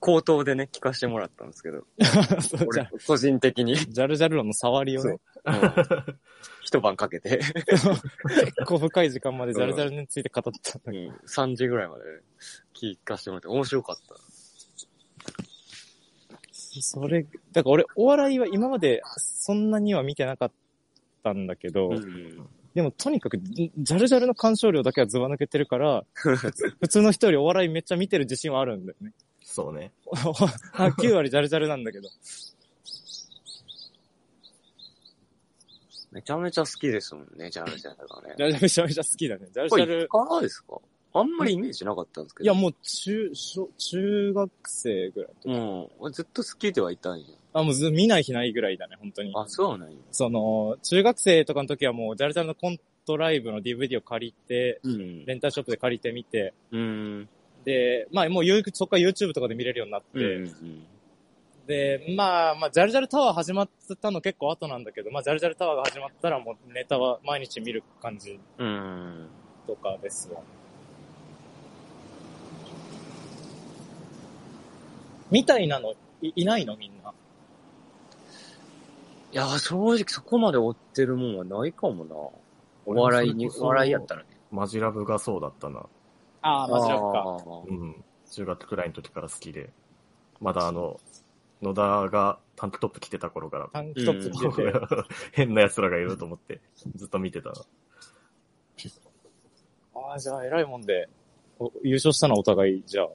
Speaker 4: 口頭でね、聞かせてもらったんです [laughs] けど、
Speaker 2: そうじゃ
Speaker 4: 俺、個人的 [laughs] に、
Speaker 2: ジャルジャル論の触りをね、
Speaker 4: うん一晩かけて、
Speaker 2: 結構深い時間までジャルジャルについて語ったんだ
Speaker 4: う
Speaker 2: け
Speaker 4: ん、3時ぐらいまで聞かせてもらって、面白かった。
Speaker 2: ど、それ、だから俺、お笑いは今までそんなには見てなかったんだけど、
Speaker 4: うん。
Speaker 2: でもとにかく、ジャルジャルの鑑賞量だけはずば抜けてる
Speaker 4: [laughs]
Speaker 2: から、普通の人よりお笑いめっちゃ見てる自信はあるんだよね。
Speaker 3: [laughs] そうね。
Speaker 2: 9割ジャルジャルなんだけど。
Speaker 4: めちゃめちゃ好きですもんね、ジャルジャルがね。
Speaker 2: ジャルジャルめちゃめちゃ好きだね。ジャルジ
Speaker 4: こ
Speaker 2: ャ
Speaker 4: れ、い
Speaker 2: ル。
Speaker 4: かがですかあんまりイメージなかったんですけ
Speaker 2: い
Speaker 4: ど。
Speaker 2: や、もう中、小中学生ぐらい。
Speaker 4: もうん、ずっと好きではいたんや。
Speaker 2: あ、もうず見ない日ないぐらいだね、本当に。
Speaker 4: あ、そうなんや。
Speaker 2: その、中学生とかの時はもう、ジャルジャルのコントライブの DVD を借りて、
Speaker 4: うん
Speaker 2: レンタルショップで借りてみて、
Speaker 4: うん。
Speaker 2: で、まあもう、ゆうそっから YouTube とかで見れるようになって、
Speaker 4: うん。
Speaker 2: で、まあ、まあ、ジャルジャルタワー始まったの結構後なんだけど、まあ、ジャルジャルタワーが始まったらもうネタは毎日見る感じ
Speaker 4: うん。
Speaker 2: とかですよ。みたいなの、いいないのみんな。
Speaker 4: いや、正直そこまで追ってるもんはないかもな。お笑いに、お笑いやったらね。
Speaker 3: マジラブがそうだったな。
Speaker 2: ああ、マジラブか。
Speaker 4: あー
Speaker 3: うん。中学くらいの時から好きで。まだあの、野田がタンクトップ着てた頃 [laughs] から、
Speaker 2: タンクトップ着てて。
Speaker 3: 変な奴らがいると思って、ずっと見てたな。
Speaker 2: ああ、じゃあ、偉いもんで、お優勝したのはお互い、じゃあ。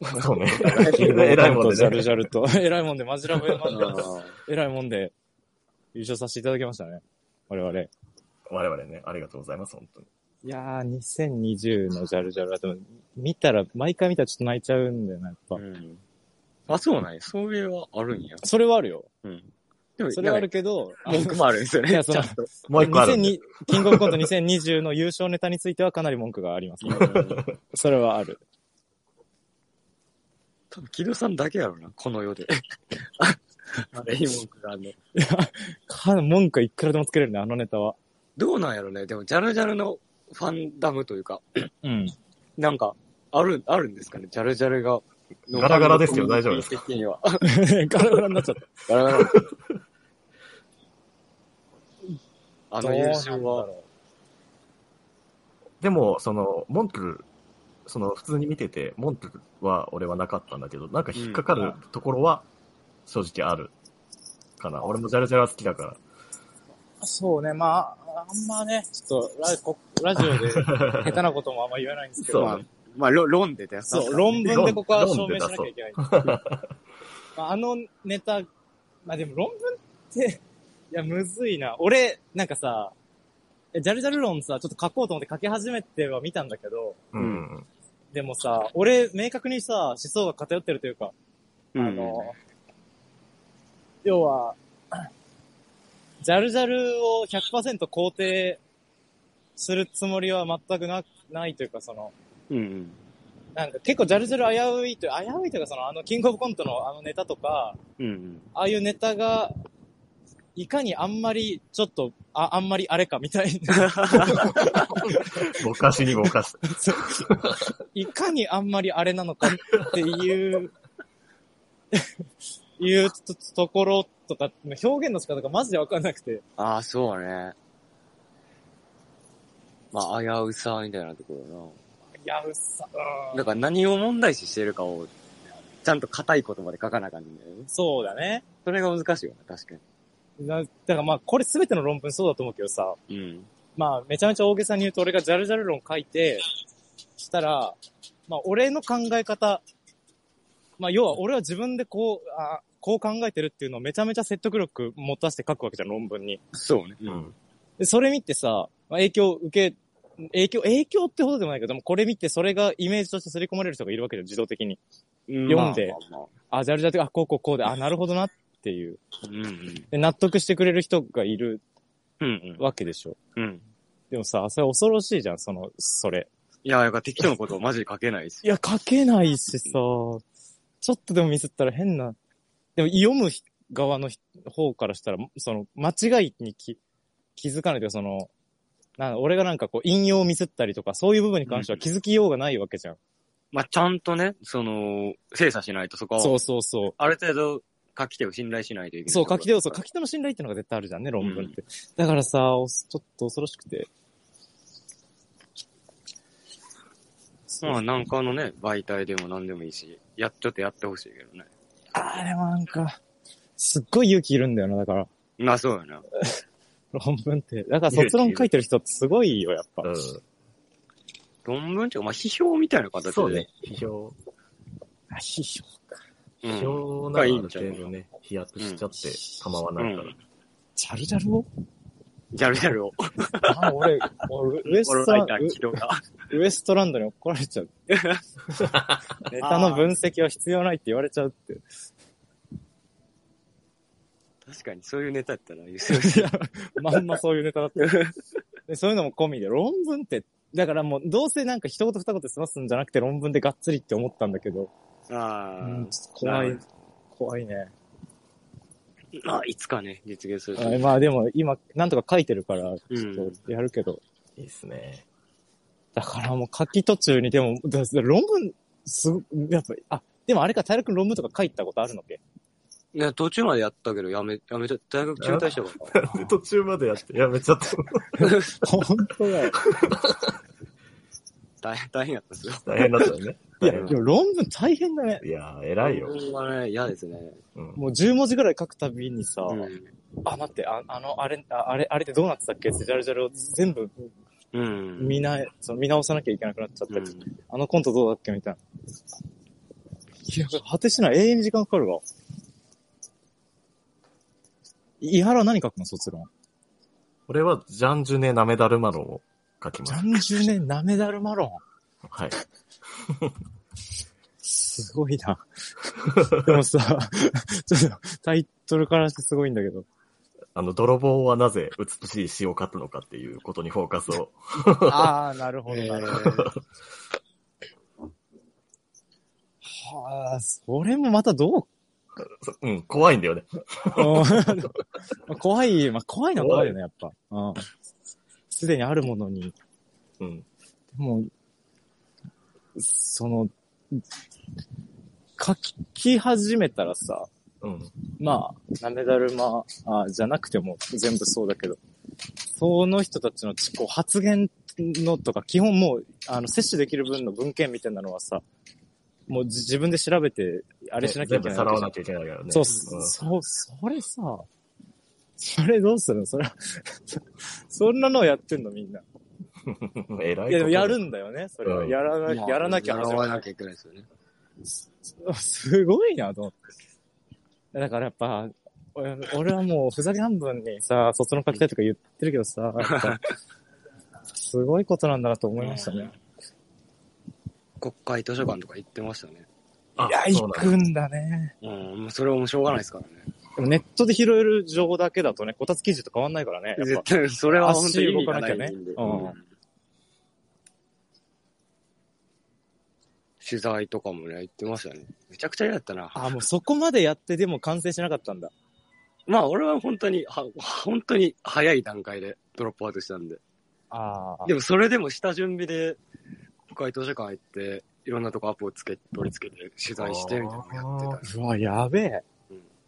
Speaker 3: [laughs] そうね。 [laughs] 偉いもん
Speaker 2: ジ
Speaker 3: で
Speaker 2: ャ
Speaker 3: ね
Speaker 2: ル。ジャルと、 [laughs] 偉いもんで、マジラブ、マジラブ
Speaker 4: あー。
Speaker 2: 偉いもんで、優勝させていただきましたね。我々。い
Speaker 3: 我々ね、ありがとうございます、本当に。
Speaker 2: やー、2020のジャルジャルは、でも、見たら、毎回見たらちょっと泣いちゃうんだよな、やっぱ
Speaker 4: う。ん。あ、そうなんや。そういうはあるんや。
Speaker 2: それはあるよ。
Speaker 4: うん。でも、
Speaker 2: それはある
Speaker 4: なんか
Speaker 2: けど、あ
Speaker 4: 文句もあるんですよね。
Speaker 2: いやその
Speaker 4: ちゃんと。
Speaker 3: もう一個あるんで。
Speaker 2: 2002キングオブコント2020の優勝ネタについてはかなり文句がありますね。それはある。
Speaker 4: 多分、木戸さんだけやろな、この世で。あれ、いい文句があるの。
Speaker 2: か文句いくらでもつけれるね、あのネタは。
Speaker 4: どうなんやろね。でも、ジャルジャルのファンダムというか、
Speaker 2: うん。
Speaker 4: なんか、ある、あるんですかね。ジャルジャルが。
Speaker 3: ガラガラですよ大丈夫です
Speaker 4: か的には。
Speaker 2: [laughs] ガラガラになっちゃった。
Speaker 4: ガラガラ。あの優勝は、
Speaker 3: でも、その、モントゥル、その、普通に見てて、モントゥルは俺はなかったんだけど、なんか引っかかるところは、正直ある。かな。俺もジャルジャラ好きだから。
Speaker 2: そうね、まあ、あんまね、ちょっとラこラジオで下手なこともあんま言わないんですけど、
Speaker 4: まあ、まあ、論論でだよ。
Speaker 2: そう、論
Speaker 4: 論。
Speaker 2: 文でここは証明しなきゃいけない。まあ、あのネタ、まあでも論文って、いや、むずいな。俺、なんかさ、えジャルジャル論さ、ちょっと書こうと思って書き始めては見たんだけど、
Speaker 3: うんん。
Speaker 2: でもさ、俺、明確にさ、思想が偏ってるというか、
Speaker 4: うん
Speaker 2: あの、要は、ジャルジャルを100%肯定するつもりは全くな、ないというか、その、
Speaker 4: うん。
Speaker 2: なんか結構ジャルジャル危ういという、危ういというか、その、あの、キングオブコントのあのネタとか、
Speaker 4: うん。
Speaker 2: ああいうネタが、いかにあんまり、ちょっと、あ、あんまりあれかみたいな。
Speaker 3: ぼかしにぼかし。
Speaker 2: [laughs] いかにあんまりあれなのかっていう、 [laughs] いうとところとか、表現の仕方がマジでわかんなくて。
Speaker 4: ああ、そうね。まあ、危うさみたいなところ
Speaker 2: いや、うっさ、
Speaker 4: だ
Speaker 2: う
Speaker 4: な。
Speaker 2: ん
Speaker 4: だから何を問題視してるかを、ちゃんと硬い言葉で書かなあかんんだよね。
Speaker 2: そうだね。
Speaker 4: それが難しいよな、確
Speaker 2: な
Speaker 4: か
Speaker 2: だからまあ、これ全ての論文そうだと思うけどさ、
Speaker 4: に。うん。
Speaker 2: まあ、めちゃめちゃ大げさに言うと俺がジャルジャル論書いて、したら、まあ、俺の考え方、まあ、要は俺は自分でこう、あこう考えてるっていうのをめちゃめちゃ説得力持たせて書くわけじゃん、論文に。
Speaker 4: そうね。
Speaker 3: う。
Speaker 4: うん
Speaker 2: で、それ見てさ、まあ、影響を受け、影響、影響ってほどでもないけど、でもこれ見てそれがイメージとして刷り込まれる人がいるわけじゃん、自動的に。
Speaker 4: ん。
Speaker 2: 読んで
Speaker 4: まあまあまあ
Speaker 2: あ、ジャルジャルって、あ、こうこうこうで、あ、なるほどなっていう。
Speaker 4: うんうん。
Speaker 2: で、納得してくれる人がいる
Speaker 4: うん
Speaker 2: わけでしょ。
Speaker 4: うん。うん。
Speaker 2: でもさ、それ恐ろしいじゃん、その、それ。
Speaker 4: いや、やっぱ適当なことをマジで書けないし。
Speaker 2: いや、書けないしさ、ちょっとでもミスったら変な。でも、読む側の方からしたら、その、間違いに気気づかないというか、その、なんだ俺がなんかこう、引用をミスったりとか、そういう部分に関しては気づきようがないわけじゃん。
Speaker 4: まあ、ちゃんとね、その、精査しないとそこは、
Speaker 2: そうそうそう。
Speaker 4: ある程度書き手を信頼しないといけない。
Speaker 2: そう、書き手を、そう、書き手の信頼ってのが絶対あるじゃんね、論文って。だからさ、おちょっと恐ろしくて。
Speaker 4: まあ、なんかのね、媒体でも何でもいいし、やっちょっとやってほしいけどね。
Speaker 2: あーでもなんか、すっごい勇気いるんだよな、だから。
Speaker 4: まあ、そうよな。
Speaker 2: 論文って。だから卒論書いてる人ってすごいよ、やっぱ。
Speaker 3: うん。
Speaker 4: 論文っていうか、まあ、批評みたいな形で。
Speaker 3: そうね。。批評、
Speaker 2: あ批評か。
Speaker 4: う
Speaker 3: 批
Speaker 4: ん。
Speaker 3: 評ならある程度ね、飛躍しちゃって構わないか
Speaker 4: う
Speaker 3: ら。
Speaker 2: ジャルジャルを
Speaker 4: ジャルジャルを。
Speaker 2: あ、俺、
Speaker 4: [laughs]
Speaker 2: 俺ウエ
Speaker 4: この
Speaker 2: スト
Speaker 4: ラ
Speaker 2: ラ
Speaker 4: イ
Speaker 2: ン
Speaker 4: ター起動が。
Speaker 2: ウ、ウエストランドに怒られ
Speaker 4: [laughs]
Speaker 2: ちゃう。ネタの分析は必要ないって言われちゃうって。
Speaker 4: 確かに、そういうネタやったら、言う [laughs]
Speaker 2: いや、まんまそういうネタだった。 [laughs] でそういうのも込みで、論文って、だからもう、どうせなんか一言二言済ますんじゃなくて論文でがっつりって思ったんだけど、
Speaker 4: あ
Speaker 2: うん、
Speaker 4: ー
Speaker 2: ちょっと怖
Speaker 4: なる
Speaker 2: い、怖いね。
Speaker 4: まあ、いつかね、実現すると。
Speaker 2: あまあでも今、なんとか書いてるから、ちょっとやるけど、
Speaker 3: いいっすね。 [laughs]
Speaker 2: だからもう書き途中に、でも、だだ論文、すご、やっぱ、あ、でもあれか、平君論文とか書いたことあるのっけ
Speaker 4: いや、途中までやったけど、やめ、やめちゃ大学中退したから。
Speaker 3: 途中までやって、やめちゃった。
Speaker 2: 本当だよ。
Speaker 4: [laughs] 大変、大変やったっすよ。
Speaker 3: 大変だったよね。
Speaker 2: いや、
Speaker 3: 大変
Speaker 2: でも論文大変だね。
Speaker 3: いやー、偉いよ。
Speaker 4: 論文はね、嫌ですね。
Speaker 3: うん。
Speaker 2: もう10文字ぐらい書くたびにさ、
Speaker 4: うん
Speaker 2: あ、待って、ああの、あれ、ああれ、あれってどうなってたっけってジャルジャルを全部
Speaker 4: うん。
Speaker 2: 見な、その見直さなきゃいけなくなっちゃった
Speaker 4: う
Speaker 2: り、
Speaker 4: ん
Speaker 2: あのコントどうだっけみたいな。いや、果てしない。永遠に時間かかるわ。伊原は何書くの卒論。
Speaker 3: 俺は、ジャンジュネ・ナメダルマロンを書きます。
Speaker 2: 30年なめだるマロン。
Speaker 3: はい。
Speaker 2: すごいな。でもさ、ちょっとタイトルからしてすごいんだけど。
Speaker 3: あの、泥棒はなぜ美しい詩を書くのかっていうことにフォーカスを。
Speaker 2: ああ、なるほど、なるほど。はあ、それもまたどう
Speaker 3: そうん、怖いんだよね。
Speaker 2: [laughs] うん怖い、まあ、怖いのは怖いよね、やっぱ。うん。すでにあるものに、
Speaker 3: うん。
Speaker 2: でも、その、書き始めたらさ、
Speaker 3: うん。
Speaker 2: まあ、なめだるまあじゃなくても全部そうだけど、その人たちのこう発言のとか、基本もう、あの、摂取できる分の文献みたいなのはさ、もうじ自分で調べて、あ
Speaker 3: あ
Speaker 2: れしなきゃいけない
Speaker 3: 全部さ
Speaker 2: わけ
Speaker 3: らわ
Speaker 2: じゃん
Speaker 3: なきゃいけないからね。
Speaker 2: そう、
Speaker 3: ん
Speaker 2: そう、それさ、それどうするのそれ [laughs] はそんなのやってんのみんな。
Speaker 3: えらいこと
Speaker 2: いや、でもやるんだよね、それは。
Speaker 3: うん
Speaker 2: やらな、
Speaker 4: まあ
Speaker 2: やらなきゃ
Speaker 4: や
Speaker 2: 始
Speaker 4: ら
Speaker 2: まら
Speaker 4: な
Speaker 2: な
Speaker 4: きゃいけないですよね。
Speaker 2: い。すごいな、と思って。だからやっぱ、俺俺はもうふざけ半分にさ、卒論書きたいとか言ってるけどさ、やっぱすごいことなんだなと思いましたね。
Speaker 4: 国会図書館とか行ってましたね。
Speaker 3: あ
Speaker 2: いや、行
Speaker 3: そうなんだ
Speaker 2: くんだね。
Speaker 4: うん、もうそれはもうしょうがないですからね。
Speaker 2: でもネットで拾える情報だけだとね、こたつ記事と変わんないからね。やっぱ
Speaker 4: 絶対、それは本当に意味がないんで。
Speaker 2: 足動かなきゃね
Speaker 4: うん
Speaker 2: うん
Speaker 4: 取材とかもね、行ってましたね。めちゃくちゃ嫌だったな。
Speaker 2: あ、もうそこまでやってでも完成しなかったんだ。
Speaker 4: まあ、俺は本当に、は本当に早い段階でドロップアウトしたんで。
Speaker 2: ああ。
Speaker 4: でも、それでも下準備で、国会図書館行って、いろんなとこアポをつけ、取り付けて、取材して、みたいなのやって
Speaker 2: うわ、やべえ。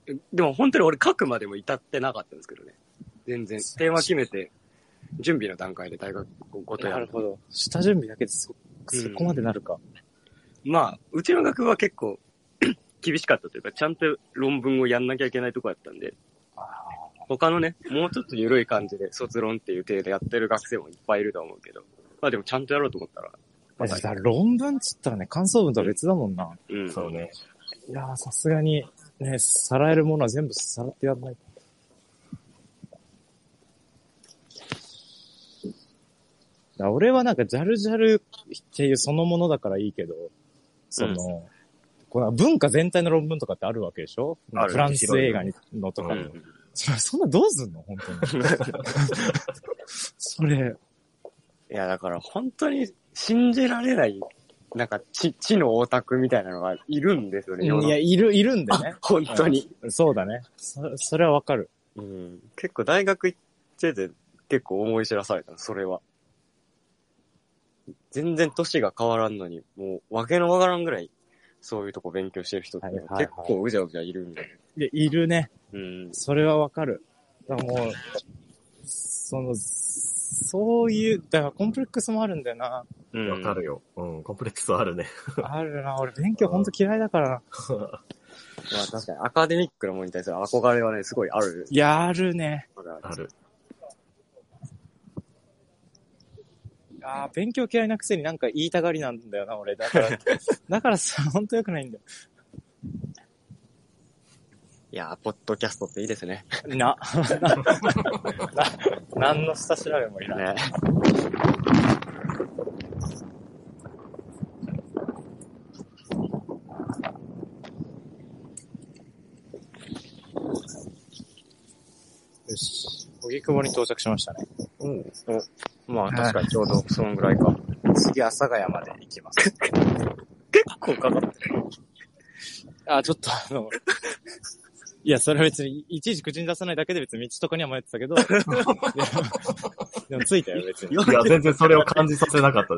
Speaker 4: た。でも、本当に俺書くまでも至ってなかったんですけどね。全然。テーマ決めて、準備の段階で大学ごとや
Speaker 2: な
Speaker 4: る
Speaker 2: る。ほど。下準備だけでそ、
Speaker 4: うん
Speaker 2: そこまでなるか。
Speaker 4: まあ、うちの学部は結構 [clears throat] 厳しかったというか、ちゃんと論文をやんなきゃいけないとこだったんで、他のね、もうちょっと緩い感じで卒論っていう体でやってる学生もいっぱいいると思うけど、まあでもちゃんとやろうと思ったら、まだ
Speaker 2: だから論文っつったらね、感想文とは別だもんな。
Speaker 4: うん。
Speaker 3: そうね。
Speaker 2: いやー、さすがに、ね、さらえるものは全部さらってやんないと。だから俺はなんか、ジャルジャルっていうそのものだからいいけど、その、この文化全体の論文とかってあるわけでしょ
Speaker 4: ある
Speaker 2: フランス映画にのとか
Speaker 4: う
Speaker 2: の。
Speaker 4: ん
Speaker 2: それそんなどうすんの本当に。
Speaker 4: [laughs]
Speaker 2: それ。
Speaker 4: いや、だから本当に信じられない、なんか、知、知のオタクみたいなのがいるんですよね、
Speaker 2: い
Speaker 4: 世の
Speaker 2: や、いる、いるんでね。
Speaker 4: 本当に。
Speaker 2: そうだね。そ、それはわかる。
Speaker 4: うん。結構大学行ってて、結構思い知らされたの、それは。全然年が変わらんのに、もう、わけのわからんぐらい、そういうとこ勉強してる人って
Speaker 2: はいはいはい
Speaker 4: 結構うじゃうじゃいるんだよね。
Speaker 2: いや、いるね。
Speaker 4: うん。
Speaker 2: それはわかる。だからもう、その、そういう、だからコンプレックスもあるんだよ
Speaker 4: [laughs]
Speaker 2: な。
Speaker 4: うん。
Speaker 3: わかるよ。うん、コンプレックスはあるね。
Speaker 2: あるな。俺勉強ほんと嫌いだから。
Speaker 4: まあ確かに、アカデミックなものに対する憧れはね、すごいある。
Speaker 2: やるね。
Speaker 3: ある。
Speaker 2: あー勉強嫌いなくせになんか言いたがりなんだよな、俺。だ
Speaker 4: [laughs]
Speaker 2: から、だからさ、ほんと良くないんだよ。
Speaker 4: いやー、ポッドキャストっていいですね。 [laughs]
Speaker 2: な、な、何の下調べもいらない。
Speaker 4: ね。
Speaker 2: よし。荻窪に到着しましたね。
Speaker 4: うん。まあ確かにちょうどそのぐらいか。
Speaker 2: 次、阿佐ヶ谷まで行きます。
Speaker 4: 結構かかった。
Speaker 2: あ、ちょっとあの、いや、それは別に、いちいち口に出さないだけで別に道とかには迷ってたけど、でも、でもついたよ、別に。い
Speaker 3: いや、全然それを感じさせなかった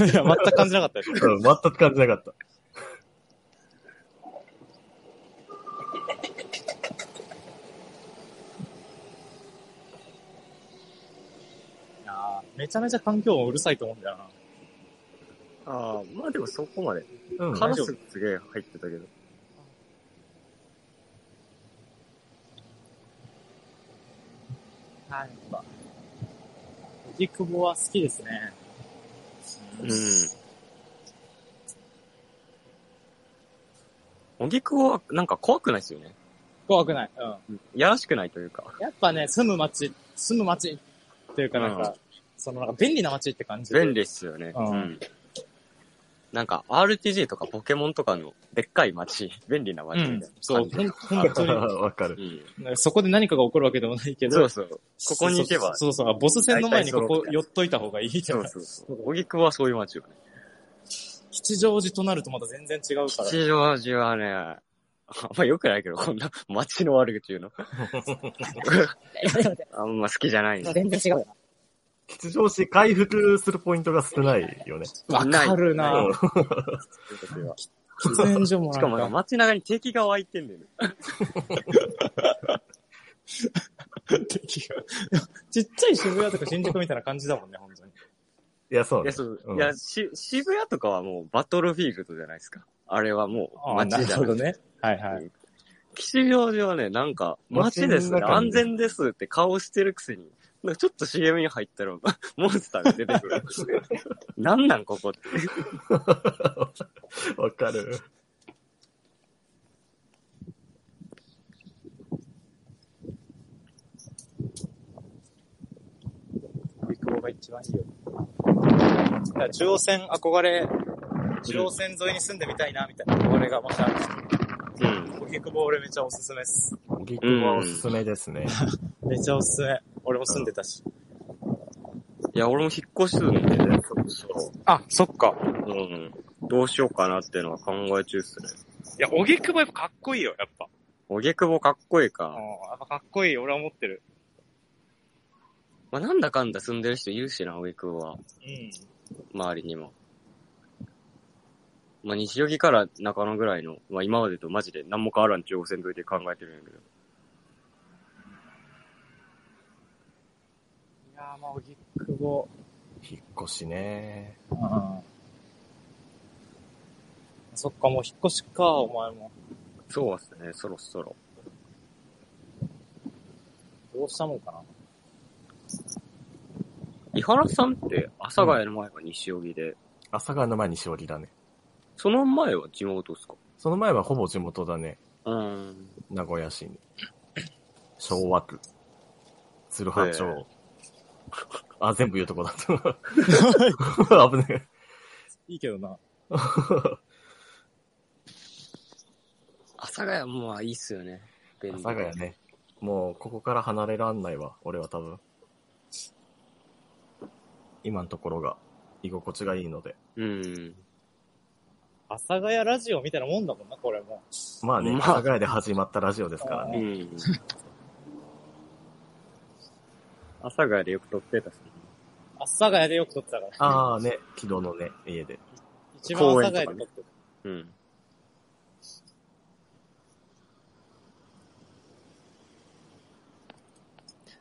Speaker 3: です。
Speaker 2: や、全く感じなかったよ。
Speaker 3: うん、全く感じなかった。
Speaker 2: いやめちゃめちゃ環境音うるさいと思うんだよな。
Speaker 4: ああ、まあでもそこまで。
Speaker 3: うん、
Speaker 4: カラスすげえ入ってたけど。
Speaker 2: はい。荻窪は好きですね。
Speaker 4: うん。荻窪はなんか怖くないですよね。
Speaker 2: 怖くない。うん。
Speaker 4: やらしくないというか。
Speaker 2: やっぱね、住む街、住む街っていうかなんか、
Speaker 4: う
Speaker 2: そのなんか便利な街って感じ。
Speaker 4: 便利っすよね。
Speaker 2: うん
Speaker 4: うん。なんか RPG とかポケモンとかのでっかい街、便利な街
Speaker 2: う
Speaker 4: みた
Speaker 2: ん
Speaker 4: いな。
Speaker 2: そう、ほん本当に。
Speaker 3: わかる。
Speaker 4: う
Speaker 2: [laughs]
Speaker 4: ん
Speaker 2: そこで何かが起こるわけでもないけど、
Speaker 4: そうそう。ここに行けば
Speaker 2: そうそうそう、ボス戦の前にこ
Speaker 4: 大体揃う
Speaker 2: こ
Speaker 4: みたいな
Speaker 2: 寄っといた方がいいみたい
Speaker 4: そう
Speaker 2: な。
Speaker 4: そうそう。荻窪はそういう街よね。
Speaker 2: 吉祥寺となるとまた全然違うから。
Speaker 4: 吉祥寺はね、あんま良くないけど、こんな街の悪口言うの。あんま好きじゃないね。
Speaker 2: 全然違うよ
Speaker 3: 吉祥寺回復するポイントが少ないよね。
Speaker 2: わかるな
Speaker 4: ない
Speaker 2: ぁ。喫煙所も
Speaker 4: し
Speaker 2: な
Speaker 4: かもなん
Speaker 2: ん
Speaker 4: か
Speaker 2: か、
Speaker 4: 街中に敵が湧いてんだよね。
Speaker 2: 敵が。いや [laughs] ちっちゃい渋谷とか新宿みたいな感じだもんね、本当に。
Speaker 3: いや、そう
Speaker 4: いや、
Speaker 3: ね。
Speaker 4: そう、
Speaker 3: うん
Speaker 4: いや、し、渋谷とかはもうバトルフィールドじゃないですか。あれはもう
Speaker 2: あな
Speaker 4: 街
Speaker 2: る
Speaker 4: じゃ
Speaker 2: ほ
Speaker 4: な
Speaker 2: ど
Speaker 4: い。
Speaker 2: ね。はいはい。
Speaker 4: 吉祥寺はね、なんか、
Speaker 3: 街
Speaker 4: 街
Speaker 3: の
Speaker 4: です、
Speaker 3: 中に
Speaker 4: 安全ですって顔してるくせに、なんかちょっと CM に入ったら、 [laughs] モンスターが出てくる。なんなんここって。
Speaker 3: わかる。
Speaker 2: ビッグボが一番いいよ。だから中央線憧れ、中央線沿いに住んでみたいな、みたいな憧れがもしある人、
Speaker 4: うん。
Speaker 2: ビッグボ俺めっちゃおすすめっす。
Speaker 3: ギックはおすすめですね。
Speaker 2: めっちゃおすすめ。俺も住んでたし。
Speaker 4: いや、俺も引っ越すんで、ね、そ
Speaker 2: あ、そっか。
Speaker 4: う。うん。どうしようかなっていうのは考え中っすね。
Speaker 2: いや、おぎくぼやっぱかっこいいよ、やっぱ。
Speaker 4: おげくぼかっこいい
Speaker 2: うん、
Speaker 4: か。
Speaker 2: やっぱかっこいい、俺は思ってる。
Speaker 4: まあ、なんだかんだ住んでる人いるしな、おげくぼは。
Speaker 2: うん。
Speaker 4: 周りにも。まあ、西荻から中野ぐらいの、まあ、今までとマジで何も変わらん中央線沿いで考えてるんやけど。
Speaker 2: いやー、まあ、おぎくぼ。
Speaker 3: 引っ越しね。
Speaker 2: うん。そっか、もう引っ越しか、お前も。
Speaker 4: そうっすね、そろそろ。
Speaker 2: どうしたもんかな。
Speaker 4: 伊原さんって、阿佐ヶ谷の前が西荻で、
Speaker 3: 阿佐ヶ谷の前にしおりだね。
Speaker 4: その前は地元っすか
Speaker 3: その前はほぼ地元だね。
Speaker 4: うん。
Speaker 3: 名古屋市に。昭和区。鶴葉町。
Speaker 4: ええ
Speaker 3: あ、全部言うとこだ
Speaker 4: [laughs]
Speaker 3: った。危ね
Speaker 2: いいけどな。
Speaker 4: 阿佐ヶ谷もまあいいっすよね。
Speaker 3: え。
Speaker 4: 便
Speaker 3: 阿
Speaker 4: 利
Speaker 3: 佐ヶ谷ね。もう、ここから離れらんないわ。俺は多分。今のところが、居心地がいいので。
Speaker 4: うん。
Speaker 2: 阿佐ヶ谷ラジオみたいなもんだもんな、これも。
Speaker 3: まあね、
Speaker 4: ま
Speaker 3: 阿
Speaker 4: あ
Speaker 3: 佐ヶ谷で始まったラジオですから
Speaker 4: う
Speaker 3: ね。
Speaker 4: ん。 [laughs] 阿佐ヶ谷でよく撮ってたっすね。
Speaker 2: 阿佐ヶ谷でよく撮ってたから。
Speaker 3: ああね、木戸のね、家で。
Speaker 2: 一番阿佐ヶ谷で撮って
Speaker 4: うん。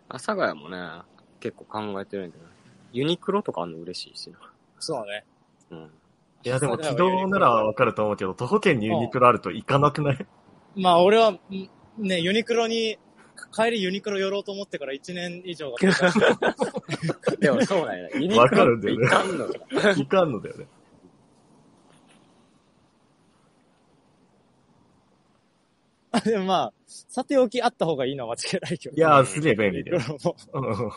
Speaker 4: 阿佐ヶ谷もね、結構考えてるんだけど、ユニクロとかあんの嬉しいしな。
Speaker 2: た。そうね。
Speaker 3: [laughs]
Speaker 4: うん。
Speaker 3: いや、でも、木戸ならわかると思うけど、徒歩圏にユニクロあると行かなくない
Speaker 2: まあ、俺は、んね、ユニクロに、帰りユニクロ寄ろうと思ってから1年以上が経った。
Speaker 4: でもそうなんや。 [laughs] ユニ
Speaker 3: わ
Speaker 4: ク
Speaker 3: かるん
Speaker 4: ロっ
Speaker 3: だ
Speaker 4: て
Speaker 3: よ
Speaker 4: い
Speaker 3: ね
Speaker 4: かんのか。
Speaker 3: 行かんのだよね。
Speaker 2: あでもまあ、さておきあった方がいいのは間違いないけど。
Speaker 3: いやー、すげえ
Speaker 2: ユ
Speaker 3: 便利
Speaker 2: ニク
Speaker 3: だよ
Speaker 2: ロ。も。
Speaker 3: うん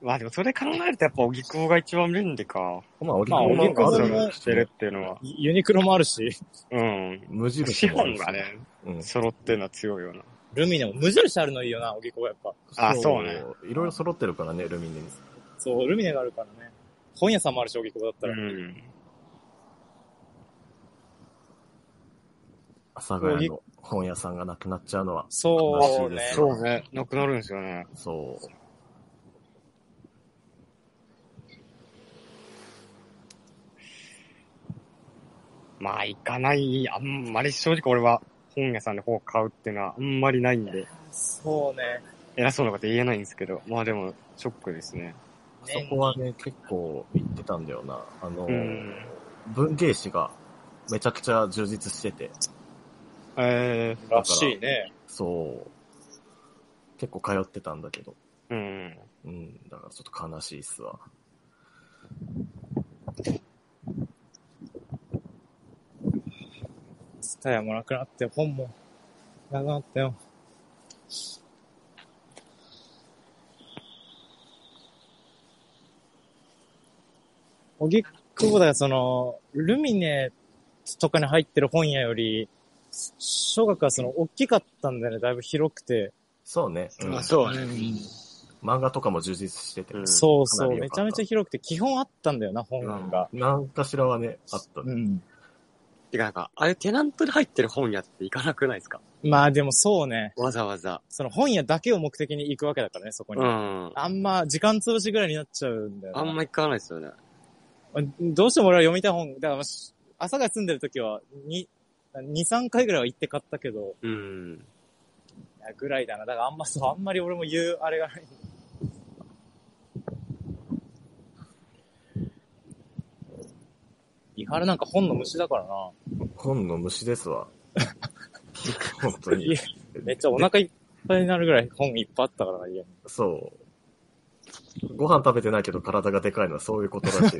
Speaker 4: まあでもそれ考えるとやっぱ荻窪が一番便利か。
Speaker 3: まあ、オリ
Speaker 2: まあ
Speaker 3: コン
Speaker 2: 荻窪
Speaker 3: もある
Speaker 2: も
Speaker 4: してるっていうのは。
Speaker 2: ユニクロもあるし、
Speaker 4: うん。
Speaker 3: 無印も
Speaker 4: 資本がね、
Speaker 3: うん。
Speaker 4: 揃ってるのは強いよな。
Speaker 2: ルミネも無印あるのいいよな、おぎこやっぱ。
Speaker 4: あそうね。
Speaker 3: いろいろ揃ってるからね、ルミネに。
Speaker 2: そう、ルミネがあるからね。本屋さんもあるし、おぎこだったら。
Speaker 4: ん。
Speaker 3: 阿佐ヶ谷の本屋さんがなくなっちゃうのは。
Speaker 2: そうね。
Speaker 3: そう
Speaker 4: ね。なくなるんですよね。
Speaker 3: そう。
Speaker 4: まあ行かない。あんまり正直俺は本屋さんで本を買うっていうのはあんまりないんで、
Speaker 2: そうね。
Speaker 4: 偉そうなこと言えないんですけど、まあでもショックですね。
Speaker 3: そこはね、結構行ってたんだよな。あの
Speaker 4: う、ん。
Speaker 3: 文芸誌がめちゃくちゃ充実してて、
Speaker 4: え
Speaker 2: らしいね。
Speaker 3: そう。結構通ってたんだけど。
Speaker 4: ー、うん。
Speaker 3: うん、だからちょっと悲しいっすわ。
Speaker 2: ツタヤもなくなって、本もなくなったよ。おぎっこぼだよ、その、ルミネとかに入ってる本屋より、小学はその、大きかったんだよね、だいぶ広くて。
Speaker 3: そうね。うん
Speaker 4: そうね。
Speaker 3: 漫画とかも充実してて。
Speaker 4: うん
Speaker 2: そうそ
Speaker 3: かな
Speaker 2: う、
Speaker 3: り良
Speaker 2: め
Speaker 3: かっ
Speaker 2: ち
Speaker 3: た
Speaker 2: ゃめちゃ広くて、基本あったんだよな、本が。
Speaker 3: なんかしらはね、あったね。
Speaker 2: うん。
Speaker 4: てかなんか、ああいうテナントで入ってる本屋って行かなくないですか
Speaker 2: まあでもそうね、
Speaker 4: わざわざ。
Speaker 2: その本屋だけを目的に行くわけだからね、そこに。
Speaker 4: うん。
Speaker 2: あんま、時間潰しぐらいになっちゃうんだよな
Speaker 4: あんま行かないですよね。
Speaker 2: どうしても俺は読みたい本、だから、し朝が住んでる時は、に、2、3回ぐらいは行って買ったけど、
Speaker 4: うん。
Speaker 2: あぐらいだな。だからあんまそう、あんまり俺も言うあれがない。伊原なんか本の虫だからな。
Speaker 3: 本の虫です
Speaker 4: [laughs]
Speaker 3: わ。本当に。
Speaker 2: めっちゃお腹いっぱいになるぐらい本いっぱいあったからな、家に。
Speaker 3: そう。ご飯食べてないけど体がでかいのはそういうことらし
Speaker 4: [laughs]
Speaker 3: い。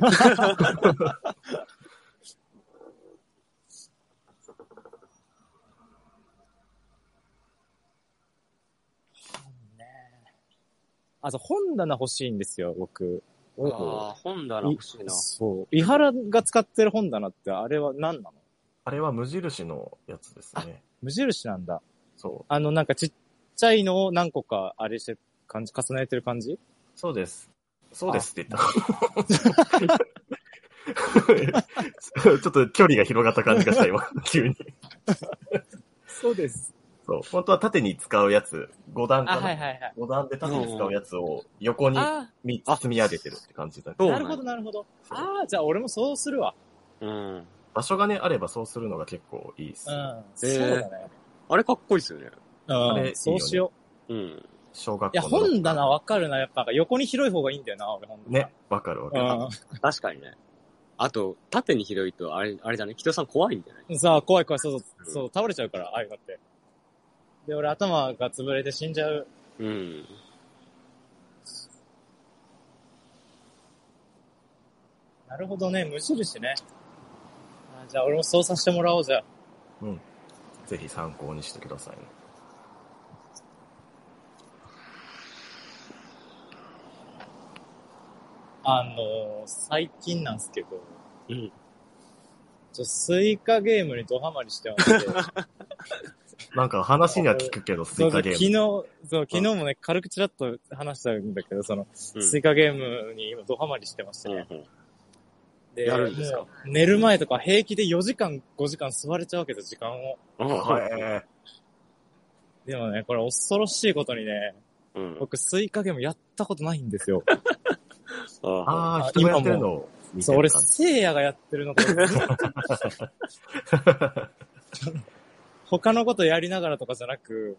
Speaker 2: あ、そう、本棚欲しいんですよ、僕。
Speaker 4: ああ、本棚欲しいな。
Speaker 2: そう。伊原が使ってる本棚ってあれは何なの
Speaker 3: あれは無印のやつですね。
Speaker 2: 無印なんだ。
Speaker 3: そ
Speaker 2: あの、なんかちっちゃいのを何個かあれしてる感じ、重ねてる感じ
Speaker 3: う。そうです。そうですって言った。 [laughs] ちょっと距離が広がった感じがした、今。 [laughs] 急に。
Speaker 2: そうです。
Speaker 3: そう。本当は縦に使うやつ、5段か
Speaker 2: あ、
Speaker 3: な、
Speaker 2: はいはいはい。
Speaker 3: 5段で縦に使うやつを横に
Speaker 2: あ
Speaker 3: 3つ積み上げてるって感じだね。
Speaker 4: そ
Speaker 2: ー、
Speaker 4: う
Speaker 2: な
Speaker 4: なん
Speaker 2: る
Speaker 4: や
Speaker 2: ほどなるほど。ああ、じゃあ俺もそうするわ。
Speaker 4: うん。
Speaker 3: 場所がね、あればそうするのが結構いいです。
Speaker 2: うん。そうだね。
Speaker 4: あれかっこいいっすよね。
Speaker 3: あ
Speaker 2: う
Speaker 3: れ
Speaker 2: ん。そうしよ
Speaker 4: うん。
Speaker 3: 小
Speaker 2: う。
Speaker 3: 学
Speaker 2: いや、
Speaker 3: 校の。
Speaker 2: 本棚わかるな。やっぱ横に広い方がいいんだよな、俺本棚。
Speaker 3: ね。、わかるわかる。
Speaker 2: う
Speaker 4: 確かにね。あと、縦に広いと、あれ、あれだね、人さん怖いんじゃない
Speaker 2: ん。さあ、怖い怖い。そうそう。そう、倒れちゃうから、ああいうのって。で、俺頭が潰れて死んじゃう。
Speaker 4: うん。
Speaker 2: なるほどね、無印ね。あじゃあ俺もそうさせてもらおうじゃあ。
Speaker 3: ぜひ参考にしてくださいね。
Speaker 2: あのー最近なんですけど、
Speaker 4: うん。
Speaker 2: ちょ、スイカゲームにドハマりしてまして、
Speaker 4: [laughs]
Speaker 3: なんか話には聞くけど、スイカゲ
Speaker 2: 昨日、
Speaker 3: ーム。
Speaker 2: そう、昨日もね、軽くちらっと話したんだけど、その、
Speaker 4: うん
Speaker 2: スイカゲームに今ドハマりしてましてね。で、
Speaker 4: やるんですか
Speaker 2: もう寝る前とか平気で4時間、5時間座れちゃうわけど、時間を。
Speaker 4: うん。
Speaker 3: はい。
Speaker 2: でもね、これ恐ろしいことにね、
Speaker 4: うん。
Speaker 2: 僕スイカゲームやったことないんですよ。
Speaker 4: ああ。
Speaker 3: ああ、人がやってるのを見て
Speaker 2: そう、俺、
Speaker 3: る感じ。
Speaker 2: 聖夜がやってるのと、他のことやりながらとかじゃなく、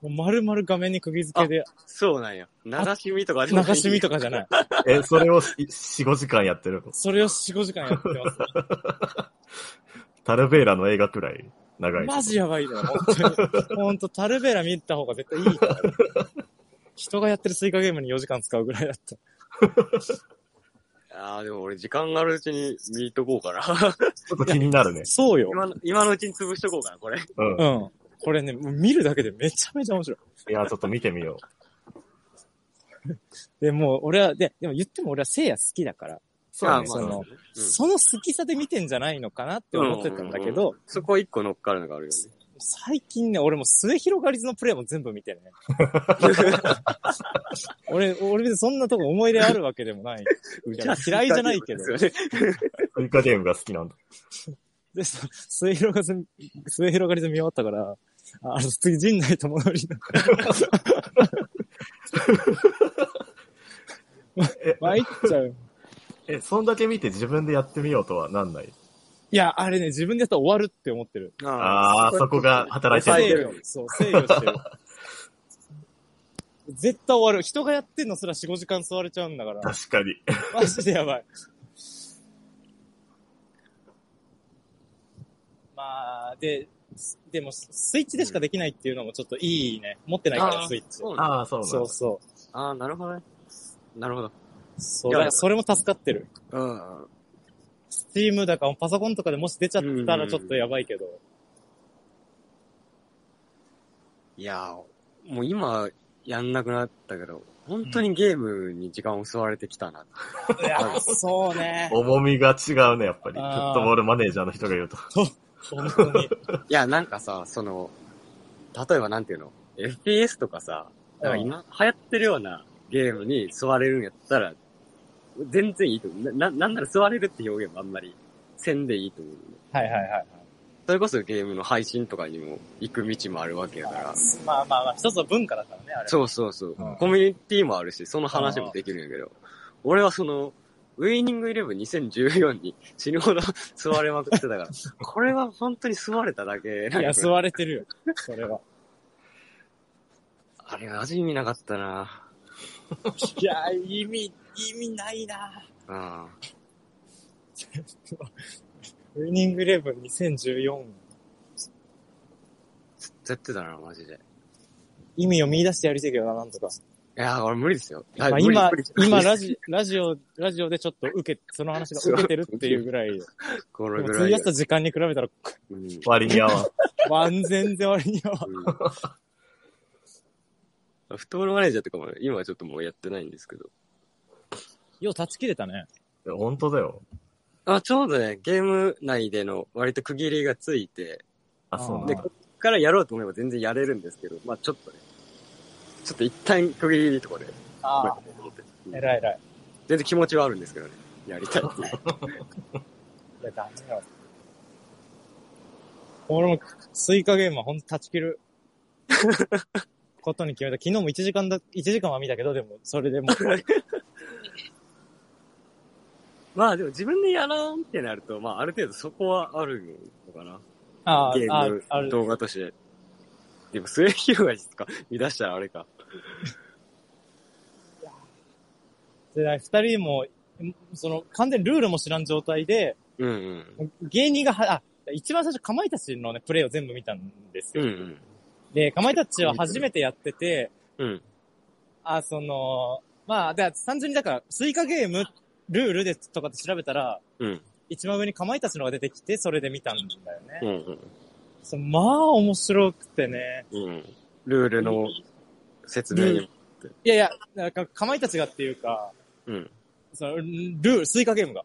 Speaker 2: もう丸々画面に釘付けで
Speaker 4: そうなんや。流し見とかでもいい
Speaker 2: 流し見とかじゃない。
Speaker 3: え、それを4、5時間やってるの。
Speaker 2: それを4、5時間やってます。
Speaker 3: タルベーラの映画くらい長い。
Speaker 2: マジやばいね。本当に。本当タルベラ見た方が絶対いいから、人がやってるスイカゲームに4時間使うぐらいだった。
Speaker 4: ああ、でも俺時間があるうちに見とこうかな。
Speaker 3: ちょっと気にな
Speaker 2: [laughs]
Speaker 3: るね。
Speaker 2: そうよ。
Speaker 4: [laughs] 今の、今のうちに潰しとこうかな、これ。
Speaker 3: うん
Speaker 2: う。ん。これね、もう見るだけでめちゃめちゃ面白い。
Speaker 3: いや、ちょっと見てみよう。
Speaker 2: で、もう俺は、で、でも言っても俺は聖夜好きだから、
Speaker 3: そうね
Speaker 4: あー
Speaker 2: その
Speaker 4: まあねうん
Speaker 2: その好きさで見てんじゃないのかなって思ってたんだけど、
Speaker 4: そこ一個乗っかるのがあるよね。
Speaker 2: 最近ね、俺も末広がりずのプレイも全部見
Speaker 3: [laughs]
Speaker 2: てね。俺、俺別にそんなとこ思い入れあるわけでもない。嫌いじゃないけど。
Speaker 4: [laughs]
Speaker 3: スイカゲームが好きなんだ。
Speaker 2: で、そ末広がりず、末広がりず見終わったから、ああの、次、陣内智則の。
Speaker 3: [laughs] え、
Speaker 2: 参っちゃう。
Speaker 3: え、そんだけ見て自分でやってみようとはなんない。
Speaker 2: いや、あれね、自分でやったら終わるって思ってる。
Speaker 3: ああ、そこが働いてる。
Speaker 2: 制御。そう、制御
Speaker 3: [laughs]
Speaker 2: してる。絶対終わる。人がやってんのすら4、5時間座れちゃうんだから。
Speaker 3: 確かに。
Speaker 2: [laughs] マジでやばい。まあ、で、すでも、ススイッチでしかできないっていうのもちょっといいね。持ってないから、
Speaker 4: あー
Speaker 2: スイッチ。
Speaker 4: そうなんだ
Speaker 3: ああ、そうなんだ
Speaker 2: そうそ
Speaker 4: ああ、なるほどね。なるほど。
Speaker 2: う。そう、
Speaker 4: い
Speaker 2: だ
Speaker 4: や
Speaker 2: からそれも助かってる。
Speaker 4: うん。
Speaker 2: スチームだから、パソコンとかでもし出ちゃったらちょっとやばいけど。
Speaker 4: いやー、もう今、やんなくなったけど、本当にゲームに時間を吸われてきたな。
Speaker 2: いやー、そうね。
Speaker 3: 重みが違うね、やっぱり。フ
Speaker 2: あー
Speaker 3: ットボールマネージャーの人が言うと。
Speaker 2: 本当に。
Speaker 4: いや、なんかさ、その、例えばなんていうの ?FPS とかさ、なんか今流行ってるようなゲームに座れるんやったら、全然いいと思う。な、ななんなら座れるって表現もあんまりせんでいいと思う。
Speaker 2: はいはいはいはい。
Speaker 4: それこそゲームの配信とかにも行く道もあるわけやから。
Speaker 2: まあまあまあ、一つの文化だからね、あれ。
Speaker 4: そうそうそう
Speaker 2: うん。
Speaker 4: コミュニティもあるし、その話もできるんやけど、俺はその、ウィーニングイレブン2014に死ぬほど座れまくってたから、これは本当に座れただけなん
Speaker 2: い
Speaker 4: や
Speaker 2: や、
Speaker 4: けど
Speaker 2: 座れてるよ。それは。
Speaker 4: あれ、マジ意味なかったな。
Speaker 2: いや、意味、意味ないな。
Speaker 4: うん。
Speaker 2: ウイニングイレブン2014。
Speaker 4: 絶対だな、マジで。い
Speaker 2: 意味を見出してやりたいけどな、なんとか。
Speaker 4: やー、俺無理ですよ。
Speaker 2: まあ、
Speaker 4: はい無理
Speaker 2: 今
Speaker 4: 無理、
Speaker 2: 今ラジ、ラジオ、ラジオでちょっと受け、その話が受けてるっていうぐ
Speaker 4: [laughs]
Speaker 2: らい、
Speaker 4: こ
Speaker 2: で
Speaker 4: れ
Speaker 2: も
Speaker 4: ぐら
Speaker 2: 費
Speaker 4: い
Speaker 2: や
Speaker 4: よ
Speaker 2: し。た時間に比べたら、
Speaker 4: うんうん
Speaker 3: 割に合わん。
Speaker 2: 万全で割には。
Speaker 4: フットボールマネージャーとかも今はちょっともうやってないんですけど。
Speaker 2: [laughs] よう断ち切れたね。
Speaker 3: いや本当だよ。
Speaker 4: あ、ちょうどね、ゲーム内での割と区切りがついて、
Speaker 3: あ、そうなん
Speaker 4: で、
Speaker 3: だ。
Speaker 4: こっからやろうと思えば全然やれるんですけど、まあちょっとね、ちょっと一旦区切りとかで、
Speaker 2: あ
Speaker 4: こうやって思ってうん
Speaker 2: 偉い偉い。
Speaker 4: 全然気持ちはあるんですけどね、やりたいって [laughs] いう。
Speaker 2: いや、ダメよ。俺も、スイカゲームはほんと断ち切る。ことに決めた。昨日も1時間だ、一時間は見たけど、でも、それ
Speaker 4: [laughs]
Speaker 2: でもう。
Speaker 4: まあでも自分でやらんってなると、まあある程度そこはあるのかな。
Speaker 2: あ
Speaker 4: ゲ
Speaker 2: あ、あ
Speaker 4: ー
Speaker 2: あ
Speaker 4: ム、
Speaker 2: る。
Speaker 4: 動画として。でも末広がりですか見出したらあれか。
Speaker 2: で、二人も、その、完全にルールも知らん状態で、
Speaker 4: うんうん。
Speaker 2: 芸人がは、あ、一番最初、かまいたちのね、プレイを全部見たんです
Speaker 4: う
Speaker 2: よ。
Speaker 4: ん
Speaker 2: で、かまいたちは初めてやってて、
Speaker 4: うん。うん。
Speaker 2: あ、その、まあ、で、単純にだから、スイカゲーム、ルールでとかって調べたら、
Speaker 4: うん。
Speaker 2: 一番上にかまいたちのが出てきて、それで見たんだよね。
Speaker 4: うん
Speaker 2: そうまあ、面白くてね。
Speaker 4: うん。うん。ルールの説明にも。
Speaker 2: いやいや、なんか、かまいたちがっていうか、
Speaker 4: うん。
Speaker 2: その、ルール、スイカゲームが。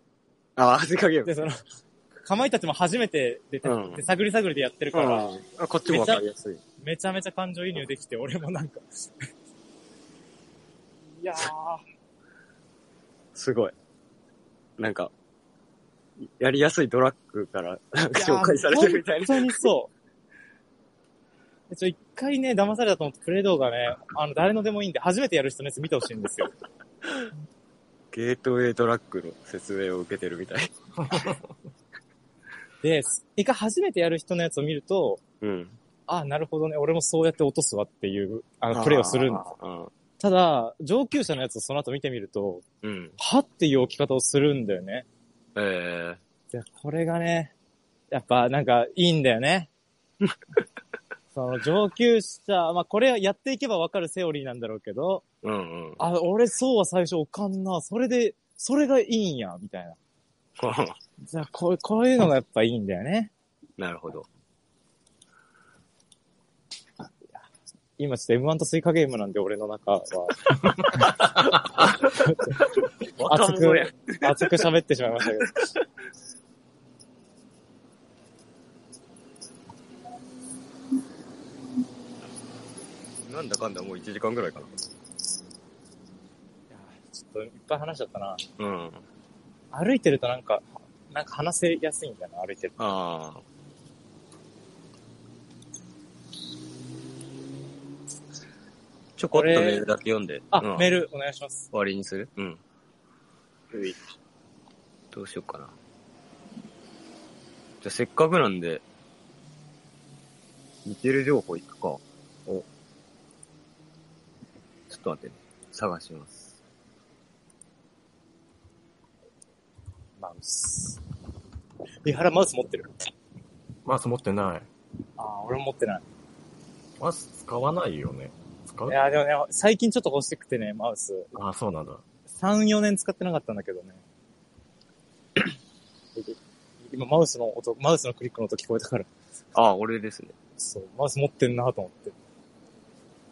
Speaker 4: あ、汗かける
Speaker 2: で、。その、かまいたちも初めてで、手
Speaker 4: うん
Speaker 2: 手探り探りでやってる
Speaker 4: う
Speaker 2: から、
Speaker 4: んあ、こっちもわかりやすい。
Speaker 2: めちゃめちゃ感情移入できて、俺もなんか。 [laughs] いやー、
Speaker 4: すごい。なんか、やりやすいドラッグからなんか紹介されてるみたいな。
Speaker 2: や本当にそう。ちょ、一回ね、騙されたと思って、プレイ動画ね、あの、誰のでもいいんで、初めてやる人のやつ見てほしいんですよ。
Speaker 4: ゲートウェイドラッグの説明を受けてるみたい。
Speaker 2: で、一回初めてやる人のやつを見ると、
Speaker 4: うん。
Speaker 2: ああ、なるほどね、俺もそうやって落とすわっていう、あの、プレイをするんだ。
Speaker 4: あ
Speaker 2: ただ、上級者のやつをその後見てみると、
Speaker 4: ーうん。
Speaker 2: はっていう置き方をするんだよね。
Speaker 4: え
Speaker 2: で、これがね、やっぱなんかいいんだよ
Speaker 4: [laughs]
Speaker 2: ね。その上級者、まあこれやっていけばわかるセオリーなんだろうけど、
Speaker 4: えうんうん。
Speaker 2: あ、俺そうは最初おかんな、それで、それがいいんや、みたいな。じゃあこう、こういうのがやっぱいいんだよね。
Speaker 4: なるほど。
Speaker 2: 今ちょっと M1 とスイカゲームなんで俺の中は
Speaker 4: 若者や。
Speaker 2: 熱く喋ってしまいましたけど。
Speaker 4: なんだかんだもう1時間ぐらいか
Speaker 2: ちょっといっぱい話しちゃったな。
Speaker 4: な。うん。
Speaker 2: 歩いてるとなんか、なんか話せやすいんだよな、歩いてると。
Speaker 4: ああ。ちょこっとメールだけ読んで。
Speaker 2: あ、
Speaker 4: うん
Speaker 2: メールお願いします。
Speaker 4: 終わりにするうん。
Speaker 2: うい
Speaker 4: どうしようかな。じゃあせっかくなんで、似てる情報いくか。お。ちょっと待ってね。探します。
Speaker 2: マウス。三原マウス持ってる
Speaker 3: マウス持ってない。
Speaker 2: ああ、俺も持ってない。
Speaker 3: マウス使わないよね。使
Speaker 2: いうや、でもね、最近ちょっと欲しくてね、マウス。
Speaker 3: あ、そうなんだ。
Speaker 2: 3、4年使ってなかったんだけど [coughs] ね。今、マウスの音、マウスのクリックの音聞こえたから、
Speaker 4: ああ、俺ですね。
Speaker 2: そう、マウス持ってんなと思って。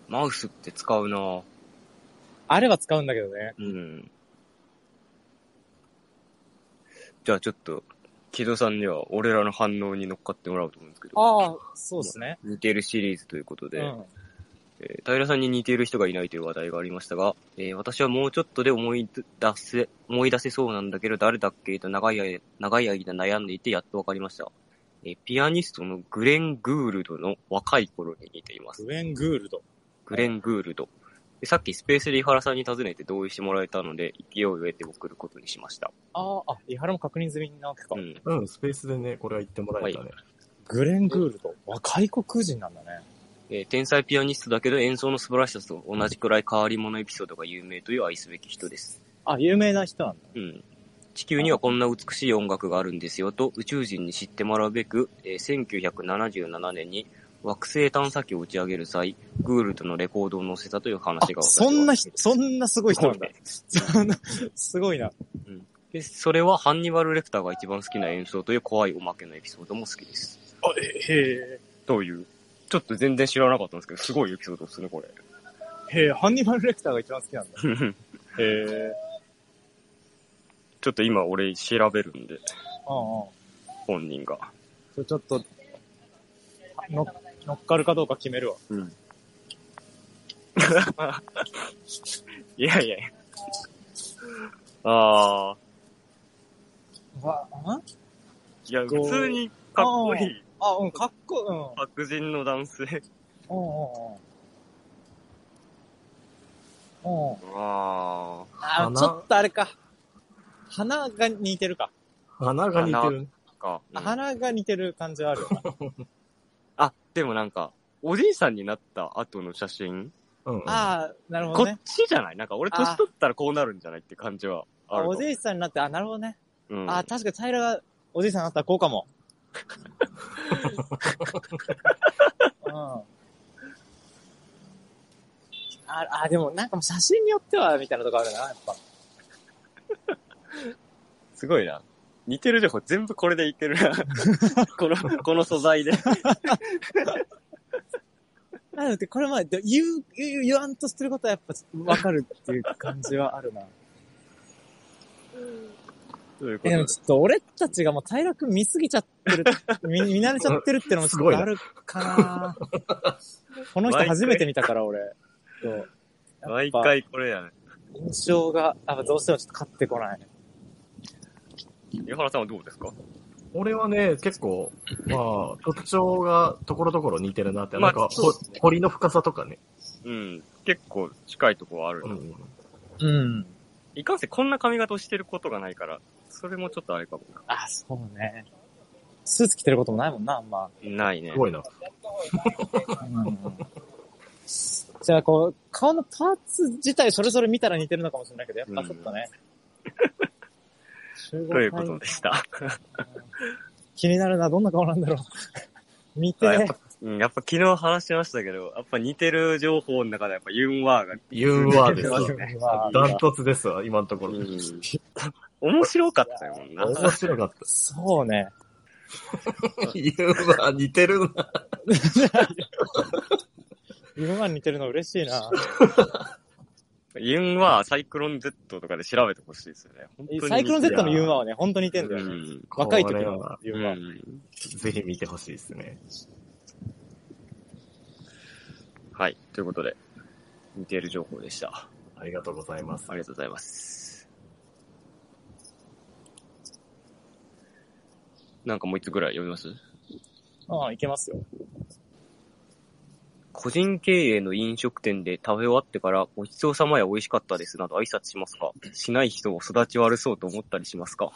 Speaker 4: マウスって使うなぁ。
Speaker 2: あれば使うんだけどね。
Speaker 4: うん。じゃあちょっと、木戸さんには俺らの反応に乗っかってもらおうと思うんですけど。
Speaker 2: ああ、そうですね。
Speaker 4: 似てるシリーズということ
Speaker 2: う
Speaker 4: で、
Speaker 2: ん。
Speaker 4: えー平さんに似ている人がいないという話題がありましたが、えー私はもうちょっとで思い出せ、思い出せそうなんだけど、誰だっけと長い間、長い間悩んでいてやっとわかりました。えーピアニストのグレン・グールドの若い頃に似ています。
Speaker 2: グエン・グールド。
Speaker 4: グレン・グールド。でさっきスペースで井原さんに尋ねて同意してもらえたので、勢いを得て送ることにしました。
Speaker 2: ああ、あ、伊原も確認済みなわけか。
Speaker 4: うん。
Speaker 3: うん、スペースでね、これは言ってもらえたね。
Speaker 2: グレン・グールド。若い黒人なんだね。
Speaker 4: えー天才ピアニストだけど演奏の素晴らしさと同じくらい変わり者エピソードが有名という愛すべき人です。
Speaker 2: あ、有名な人なんだ。
Speaker 4: うん。地球にはこんな美しい音楽があるんですよと宇宙人に知ってもらうべく、えー1977年に惑星探査機を打ち上げる際、グールとのレコードを載せたという話が
Speaker 2: あそんな
Speaker 4: 人
Speaker 2: 人、そんなすごい人なんだ。そんな、すごいな。
Speaker 4: で、それはハンニバル・レクターが一番好きな演奏という怖いおまけのエピソードも好きです。
Speaker 2: あへ
Speaker 4: という。ちょっと全然知らなかったんですけど、すごいエピソードですね、これ。
Speaker 2: え、へえ、ハンニバルレクターが一番好きなんだ。へえ、
Speaker 4: ちょっと今俺調べるんで、
Speaker 2: うんうん。
Speaker 4: 本人が。
Speaker 2: ちょ、ちょっと、の乗っかるかどうか決めるわ。
Speaker 4: うん。いやいやいや。ああ、
Speaker 2: わ、ん
Speaker 4: いや、
Speaker 2: こう
Speaker 4: 普通にかっこいい
Speaker 2: あ、うん、かっこ、
Speaker 4: 白人の男性。
Speaker 2: うん。うんうんうん。うん。
Speaker 4: あ
Speaker 2: あ、
Speaker 3: 花
Speaker 2: ちょっとあれか。鼻が似てるか。
Speaker 3: 花が似てる。
Speaker 4: あ、か。うん
Speaker 2: 鼻が似てる感じはあ [laughs] るよな。
Speaker 4: あ、でもなんか、おじいさんになった後の写真
Speaker 3: うん。
Speaker 2: ああ、なるほ
Speaker 4: こ
Speaker 2: どね
Speaker 4: っ。ちじゃないなんか俺年取ったらこうなるんじゃないって感じは
Speaker 2: あ
Speaker 4: あるかも
Speaker 2: おじいさんになって、あ、なるほどね。
Speaker 4: うん、
Speaker 2: あ、確かに平がおじいさんになったらこうかも。うん。あ、あ、でもなんかもう写真によっては、みたいなとこあるな、やっぱ。
Speaker 4: すごいな。似てる情報全部これでいける
Speaker 2: [laughs]
Speaker 4: な。この、この素材で。
Speaker 2: なので、これまで言う、言う、言わんとしてることはやっぱわかるっていう感じはあるな。
Speaker 4: というこ
Speaker 2: え
Speaker 4: と
Speaker 2: で
Speaker 4: で
Speaker 2: も。ちょっと俺たちがもう平君見すぎちゃってる、見見慣れちゃってるってのもちょっとあるかな。 [laughs] この人初めて見たから俺。そう
Speaker 4: 毎
Speaker 2: やっぱ
Speaker 4: 回これやね。
Speaker 2: 印象が、やっぱどうしてもちょっと勝ってこない。
Speaker 4: 井原さんはどうですか
Speaker 3: 俺はね、結構、まあ、特徴がところどころ似てるなって、
Speaker 4: ま
Speaker 3: な
Speaker 4: あ
Speaker 3: んか、
Speaker 4: そう
Speaker 3: ほ
Speaker 4: ですね
Speaker 3: 堀の深さとかね。
Speaker 4: うん。結構近いとこはある
Speaker 3: う
Speaker 4: な、
Speaker 3: ん。
Speaker 2: うん。
Speaker 4: いかんせんこんな髪型をしてることがないから、それもちょっとあれかも
Speaker 2: あ、そうね。スーツ着てることもないもんな、あんま。
Speaker 4: な。ないね
Speaker 3: す。ごいな。
Speaker 2: うん、じゃあ、こう、顔のパーツ自体それぞれ見たら似てるのかもしれないけど、やっぱちょっとね。集合
Speaker 4: ということでした。
Speaker 2: 気になるな、どんな顔なんだろう。 [laughs] 見て
Speaker 4: [laughs] あ、やっぱ、うん、やっぱ昨日話してましたけど、やっぱ似てる情報の中でやっぱユンワーが、
Speaker 3: ユンワーで
Speaker 2: [laughs]
Speaker 3: すわ
Speaker 4: そ。
Speaker 2: まあ
Speaker 3: ダントツですわ、今のとこ
Speaker 4: う
Speaker 3: ろ。
Speaker 4: ん、面白かったよもんな。
Speaker 3: 面白かっ
Speaker 2: そうね。
Speaker 3: た。ユンワー似てるな。
Speaker 2: 自分は似てるの嬉しいな。
Speaker 4: ユンはサイクロン Z とかで調べてほしいですよね。本当に
Speaker 2: サイクロン Z のユンワはね、本当に似てんだよ
Speaker 4: う
Speaker 2: ね。
Speaker 4: ん
Speaker 2: 若い時
Speaker 3: [laughs] これ
Speaker 2: の
Speaker 3: は
Speaker 2: ユン
Speaker 4: う
Speaker 2: ワ。
Speaker 4: ん
Speaker 3: ぜひ見てほしいですね。
Speaker 4: はい。ということで、似ている情報でした。
Speaker 3: ありがとうございます
Speaker 4: あ。りがとうございます。なんかもう一つぐらい読みます
Speaker 2: うん、いけますよ。
Speaker 4: 個人経営の飲食店で食べ終わってからごちそうさまや美味しかったですなど挨拶しますかしない人を育ち悪そうと思ったりしますか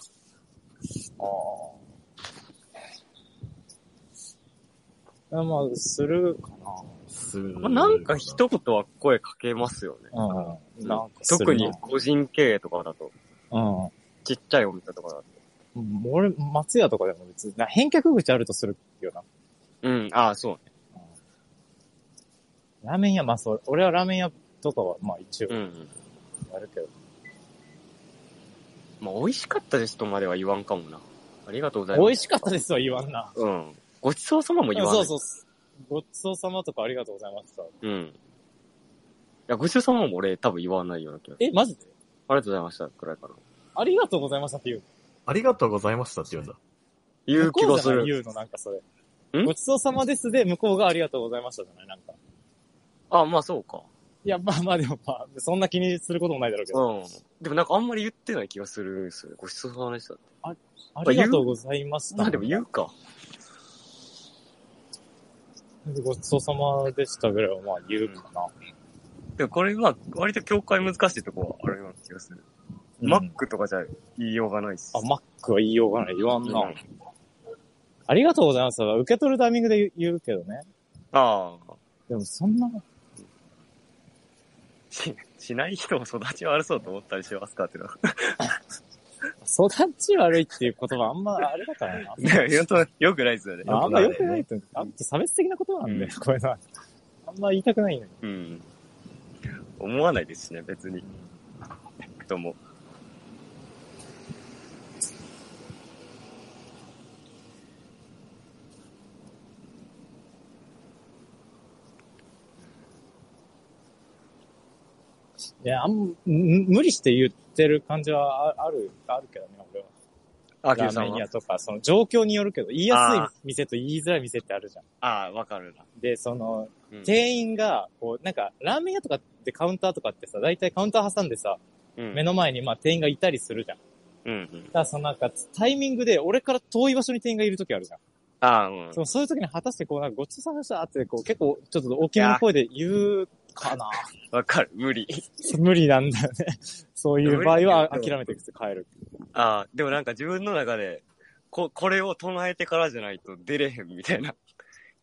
Speaker 2: ああ。まあ、するか
Speaker 3: すー
Speaker 4: まあ、なんか一言は声かけますよね。
Speaker 2: な。うん。なんかするな
Speaker 4: 特に個人経営とかだと、
Speaker 2: うん。
Speaker 4: ちっちゃいお店とかだと。
Speaker 2: 俺、松屋とかでも別に、な返却口あるとするよな。
Speaker 4: うん、ああ、そう
Speaker 2: ラーメン屋、まあそう、俺はラーメン屋とかは、まあ一応
Speaker 4: ね。うん、うん。
Speaker 2: やるけど。
Speaker 4: まあ、美味しかったですとまでは言わんかもな。ありがとうございます。
Speaker 2: 美味しかったですは言わんな。
Speaker 4: うん。ごちそうさまも言わない。
Speaker 2: そうそう。ごちそうさまとかありがとうございました。
Speaker 4: う。ん。いや、ごちそうさまも俺多分言わないような気がする。
Speaker 2: え、マジで
Speaker 4: ありがとうございましたくらいかな。
Speaker 2: ありがとうございましたって言う。
Speaker 3: ありがとうございましたって言うんだ。
Speaker 4: 言う気がす
Speaker 2: 向こうじゃない
Speaker 4: る。
Speaker 2: 言うの、なんかそれ。
Speaker 4: ん
Speaker 2: ごちそうさまですで、向こうがありがとうございましたじゃないなんか。
Speaker 4: あ、まあそうか。
Speaker 2: いや、まあまあでもまあ、そんな気にすることもないだろうけど。
Speaker 4: うん。でもなんかあんまり言ってない気がするんですよね。ごちそうさまでしたって。
Speaker 2: ありがとうございました。
Speaker 4: まあでも言うか。
Speaker 2: ごちそうさまでしたぐらいはまあ言うかな。
Speaker 4: でもこれは割と境界難しいとこはあるような気がする。
Speaker 2: うん
Speaker 4: マックとかじゃ言いようがないし。
Speaker 2: あ、マックは言いようがない。言わんな。
Speaker 4: うん
Speaker 2: ありがとうございますは受け取るタイミングで言うけどね。
Speaker 4: ああ。
Speaker 2: でもそんな、
Speaker 4: し、しない人も育ち悪そうと思ったりしますかっていうのは。
Speaker 2: 育ち悪いっていう言葉あんまあれだからな。
Speaker 4: [laughs] いや本当は良くないですよね。
Speaker 2: あんま良くないと思う。あんま差別的なことなんで、
Speaker 4: うん
Speaker 2: こういうのは。あんま言いたくないんだけ
Speaker 4: うん。思わないですしね、別に。とも。
Speaker 2: ど。いや、あんむ無理して言ってる感じはあある、あるけどね、俺は。
Speaker 4: あ、キ
Speaker 2: ラ
Speaker 4: ムさ
Speaker 2: ーメ
Speaker 4: ん
Speaker 2: ン屋
Speaker 4: は。
Speaker 2: とか、その状況によるけど、言いやすい店と言いづらい店ってあるじゃん。
Speaker 4: ああ、わかるな。
Speaker 2: で、その、
Speaker 4: うん
Speaker 2: 店員が、こう、なんか、ラーメン屋とかってカウンターとかってさ、大体カウンター挟んでさ、
Speaker 4: うん
Speaker 2: 目の前にまあ店員がいたりするじゃん。だ
Speaker 4: うんうん。
Speaker 2: からそのなんか、タイミングで、俺から遠い場所に店員がいる時あるじゃん。
Speaker 4: ああ、うん
Speaker 2: そ。のそういう時に果たしてこう、なんかごちそうさまでしたって、こう、結構、ちょっと大きめの声で言うか
Speaker 4: [laughs]
Speaker 2: な。
Speaker 4: わかる。無理。
Speaker 2: 無理なんだよね。そういう場合は諦めて帰る。
Speaker 4: ああ、でもなんか自分の中で、こ、これを唱えてからじゃないと出れへんみたいな [laughs]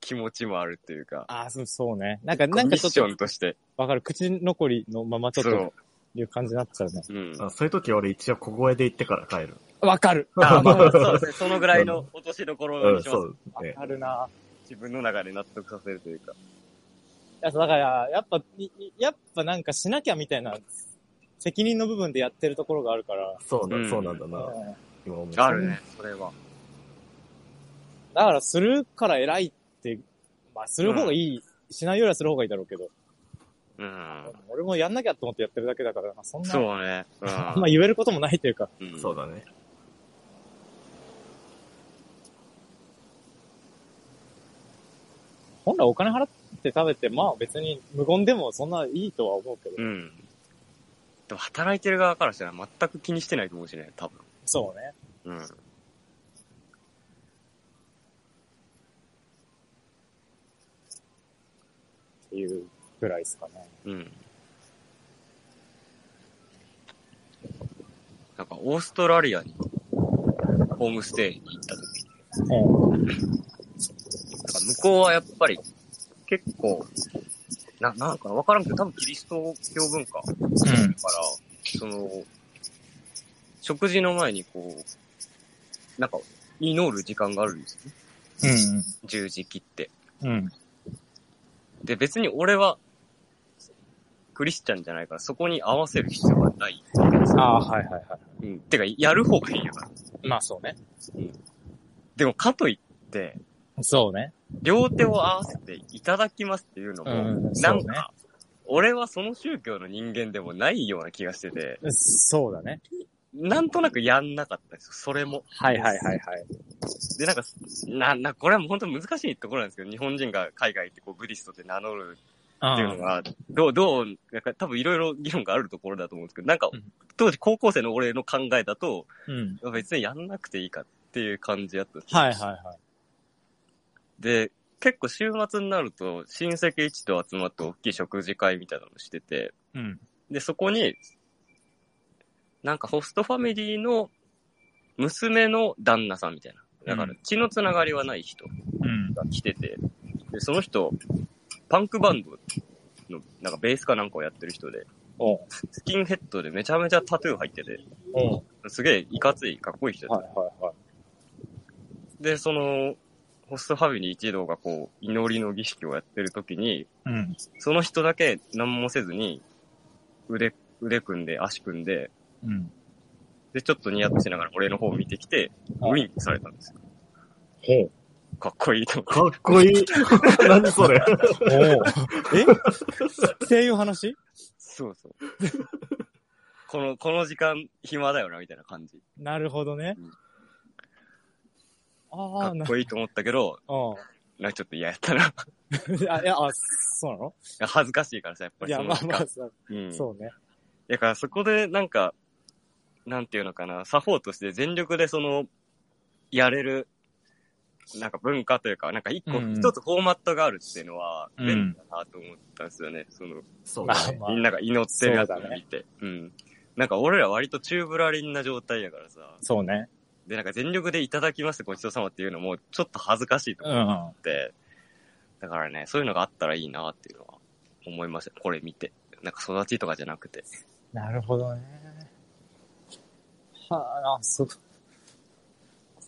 Speaker 4: 気持ちもあるっていうか。
Speaker 2: ああ、そう、そうね。なんか、
Speaker 4: ミ
Speaker 2: なん
Speaker 4: ッ
Speaker 2: かちょっ
Speaker 4: ション
Speaker 2: と、
Speaker 4: として。
Speaker 2: わかる。口残りのままちょっ
Speaker 4: そ
Speaker 2: と、いう感じになっちゃうね。
Speaker 4: う。うん。
Speaker 3: あそういう時俺一応小声で行ってから帰る。
Speaker 2: わかる。
Speaker 4: ああ、
Speaker 2: わ
Speaker 4: まあ、そうですね。そのぐらいの落としどころ
Speaker 3: う
Speaker 4: に
Speaker 3: ん、
Speaker 4: しま
Speaker 3: そ
Speaker 4: す。
Speaker 3: うね。
Speaker 2: かるな。
Speaker 4: 自分の中で納得させるというか。
Speaker 2: いやだから、やっぱ、いいやっぱなんかしなきゃみたいな、責任の部分でやってるところがあるから。
Speaker 3: そうな、
Speaker 4: うん
Speaker 3: そうなんだな。
Speaker 2: うん
Speaker 3: 今思う
Speaker 4: あるね、それは。
Speaker 2: だから、するから偉いって、まあ、する方がいい、しないよりはする方がいいだろうけど、
Speaker 4: うん。
Speaker 2: 俺もやんなきゃと思ってやってるだけだから、まあ、そんな、
Speaker 4: そうね。うん。
Speaker 2: あんま言えることもないというか、
Speaker 4: うん
Speaker 3: そうだね。
Speaker 2: 本来お金払って食べて、まあ別に無言でもそんないいとは思うけど。
Speaker 4: うん。でも働いてる側からしたら全く気にしてないと思うしね、多分。
Speaker 2: そうね。
Speaker 4: うん。
Speaker 2: っていうぐらいですかね。
Speaker 4: うん。なんか、オーストラリアに、ホームステイに行った時
Speaker 2: うん。
Speaker 4: なんか向こうはやっぱり、結構、な、なんかわからんけど、多分キリスト教文化だから、その、食事の前にこう、なんか、祈る時間があるんですよね。十字切って。
Speaker 2: うん。うん。
Speaker 4: で、別に俺は、クリスチャンじゃないから、そこに合わせる必要はない。
Speaker 2: ああ、はいはいは
Speaker 4: うん。てか、やる方がいいやから。
Speaker 2: い。まあそうね。
Speaker 4: でも、かといって、
Speaker 2: そうね。
Speaker 4: 両手を合わせていただきますっていうのも、
Speaker 2: うん
Speaker 4: なん
Speaker 2: そうね
Speaker 4: か、俺はその宗教の人間でもないような気がしてて、
Speaker 2: そうだね。
Speaker 4: なんとなくやんなかったんですよ、それも。
Speaker 2: はいはいはいはい。
Speaker 4: で、なんか、な、な、これはもう本当難しいところなんですけど、日本人が海外行ってこう、ブディストって名乗るっていうのが、どう、どう、なんか多分いろいろ議論があるところだと思うんですけど、なんか
Speaker 2: うん、
Speaker 4: 当時高校生の俺の考えだと、
Speaker 2: うん。
Speaker 4: 別にやんなくていいかっていう感じやったんですよ
Speaker 2: はいはいはい。
Speaker 4: で、結構週末になると、親戚一同集まって大きい食事会みたいなのしてて、
Speaker 2: うん。
Speaker 4: で、そこに、なんかホストファミリーの娘の旦那さんみたいな。だから血のつながりはない人
Speaker 2: うん。
Speaker 4: が来てて、で、その人、パンクバンドの、なんかベースかなんかをやってる人で、
Speaker 2: おう
Speaker 4: スキンヘッドでめちゃめちゃタトゥー入ってて、
Speaker 2: おう
Speaker 4: すげえいかつい、かっこいい人だ
Speaker 2: は
Speaker 4: っ
Speaker 2: いはいはい。
Speaker 4: たで、その、ホストファミリー一同がこう、祈りの儀式をやってる時に、
Speaker 2: うん。
Speaker 4: その人だけ何もせずに、腕、腕組んで、足組んで、
Speaker 2: うん。
Speaker 4: で、ちょっとニヤッとしながら俺の方を見てきて、
Speaker 2: はい
Speaker 4: ウィンクされたんですよ。
Speaker 2: ほう。
Speaker 4: かっこいいと思
Speaker 3: かっこいい。 [laughs] 何それ。
Speaker 2: おうえっていう話
Speaker 4: う。そうそう。 [laughs] この、この時間暇だよな、みたいな感じ。
Speaker 2: なるほどね
Speaker 4: うん。
Speaker 2: あ
Speaker 4: か
Speaker 2: あ、
Speaker 4: っ
Speaker 2: な
Speaker 4: こいいと思ったけど、
Speaker 2: うん。
Speaker 4: なんかちょっと嫌やったな。 [laughs]
Speaker 2: あ、いや、あ、そうなの
Speaker 4: 恥ずかしいからさ、やっぱ
Speaker 2: い
Speaker 4: り
Speaker 2: や、
Speaker 4: その
Speaker 2: まあ
Speaker 4: 時間。
Speaker 2: まあ、そう
Speaker 4: うん。
Speaker 2: そうね。
Speaker 4: だからそこでなんか、なんていうのかな、作法として全力でその、やれる、なんか文化というか、なんか一個、
Speaker 2: うんうん
Speaker 4: 一つフォーマットがあるっていうのは、
Speaker 2: うん
Speaker 4: 便利だなと思ったんですよね。その、
Speaker 3: そう
Speaker 2: ま
Speaker 3: だ
Speaker 2: あ
Speaker 3: ね。
Speaker 2: ま
Speaker 4: みん
Speaker 2: あ、
Speaker 4: なが祈ってるやつを
Speaker 2: そうだね
Speaker 4: 見て。うん。なんか俺ら割と宙ぶらりんな状態やからさ。
Speaker 2: そうね。
Speaker 4: で、なんか全力でいただきますごちそうさまっていうのも、ちょっと恥ずかしいと
Speaker 2: う
Speaker 4: 思
Speaker 2: ん。
Speaker 4: って、だからね、そういうのがあったらいいなっていうのは思いました。これ見て。なんか育ちとかじゃなくて。
Speaker 2: なるほどね。はあ、そう。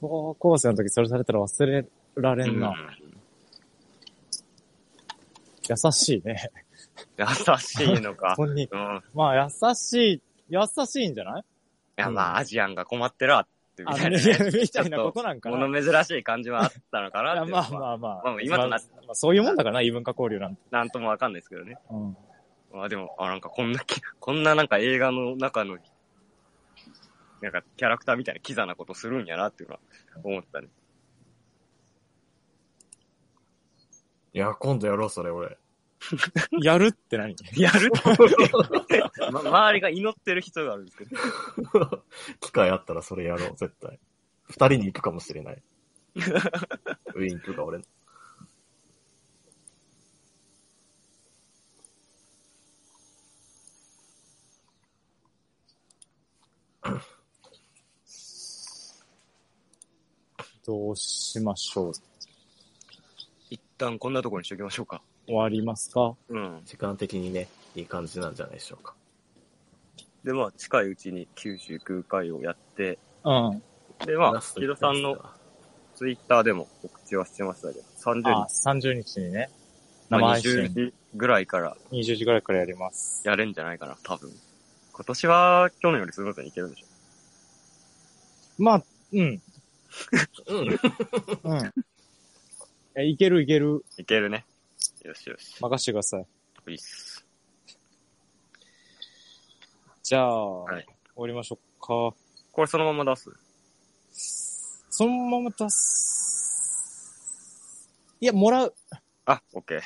Speaker 2: 高校生の時それされたら忘れられんな。
Speaker 4: うん
Speaker 2: 優しいね。
Speaker 4: 優しいの [laughs] か。
Speaker 2: 本人。
Speaker 4: うん。い
Speaker 2: まあ、優しい、優しいんじゃない
Speaker 4: や、
Speaker 3: う
Speaker 4: ま
Speaker 3: ん
Speaker 4: あ、アジアンが困ってるわって、み
Speaker 2: あ
Speaker 4: たい
Speaker 2: の
Speaker 4: な、
Speaker 2: い
Speaker 4: ね
Speaker 2: や。みたいなことなんかな。
Speaker 4: 物珍しい感じはあったのか
Speaker 2: い
Speaker 4: な
Speaker 2: や
Speaker 4: って。
Speaker 2: まあまあまあ。
Speaker 4: まあ今となっ
Speaker 2: まあそういうもんだからな、異文化交流なんて。
Speaker 4: なんともわかんないですけどね。
Speaker 2: うん。
Speaker 4: まあでも、あ、なんかこんなき、 [laughs] こんななんか映画の中の、なんかキャラクターみたいなキザなことするんやなっていうのは思ったね。
Speaker 3: [laughs] いや、今度やろう、それ、俺。 [laughs]
Speaker 2: やるって何
Speaker 4: [laughs] やると、ま、周りが祈ってる人があるんですけど。
Speaker 3: 機会あったらそれやろう、絶対。二人に行くかもしれ [laughs] ない。ウィンクが俺の。
Speaker 2: どうしましょう。
Speaker 4: 一旦こんなところにしときましょうか。
Speaker 2: 終わりますか
Speaker 4: うん。
Speaker 3: 時間的にね、いい感じなんじゃないでしょうか。
Speaker 4: で、まあ近いうちに99回をやって、
Speaker 2: うん。
Speaker 4: で、まあ、
Speaker 3: ラスト
Speaker 4: 木戸さんのツイッターでも告知はしてましたけど、30
Speaker 2: あ、
Speaker 4: 日、
Speaker 2: 30日にね、生
Speaker 4: まあ、
Speaker 2: 配信
Speaker 4: 20時ぐらいから
Speaker 2: 20時ぐらいからやります。
Speaker 4: やれんじゃないかな、多分。今年は去年よりスムーズにいけるんでしょ。
Speaker 2: まあ、うん。
Speaker 3: うん。
Speaker 2: うん。え、いけるいける。
Speaker 4: いけるね。よしよし。
Speaker 2: 任してください。
Speaker 4: いいっす。
Speaker 2: じゃあ、
Speaker 4: はい
Speaker 2: 終わりましょうか。
Speaker 4: これそのまま出す
Speaker 2: そのまま出す。いや、もらう。
Speaker 4: あ、オッケ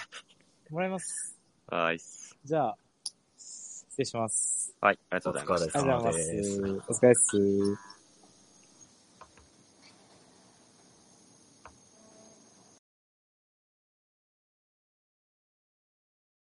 Speaker 2: もらいます。
Speaker 4: ー。はーいっす。
Speaker 2: じゃあ、失礼します。
Speaker 4: はい、ありがと
Speaker 3: お
Speaker 4: うござ
Speaker 3: 疲
Speaker 4: います
Speaker 3: れ
Speaker 2: ありが
Speaker 3: 様
Speaker 2: とうございま
Speaker 3: ですす。。
Speaker 2: お疲れっす。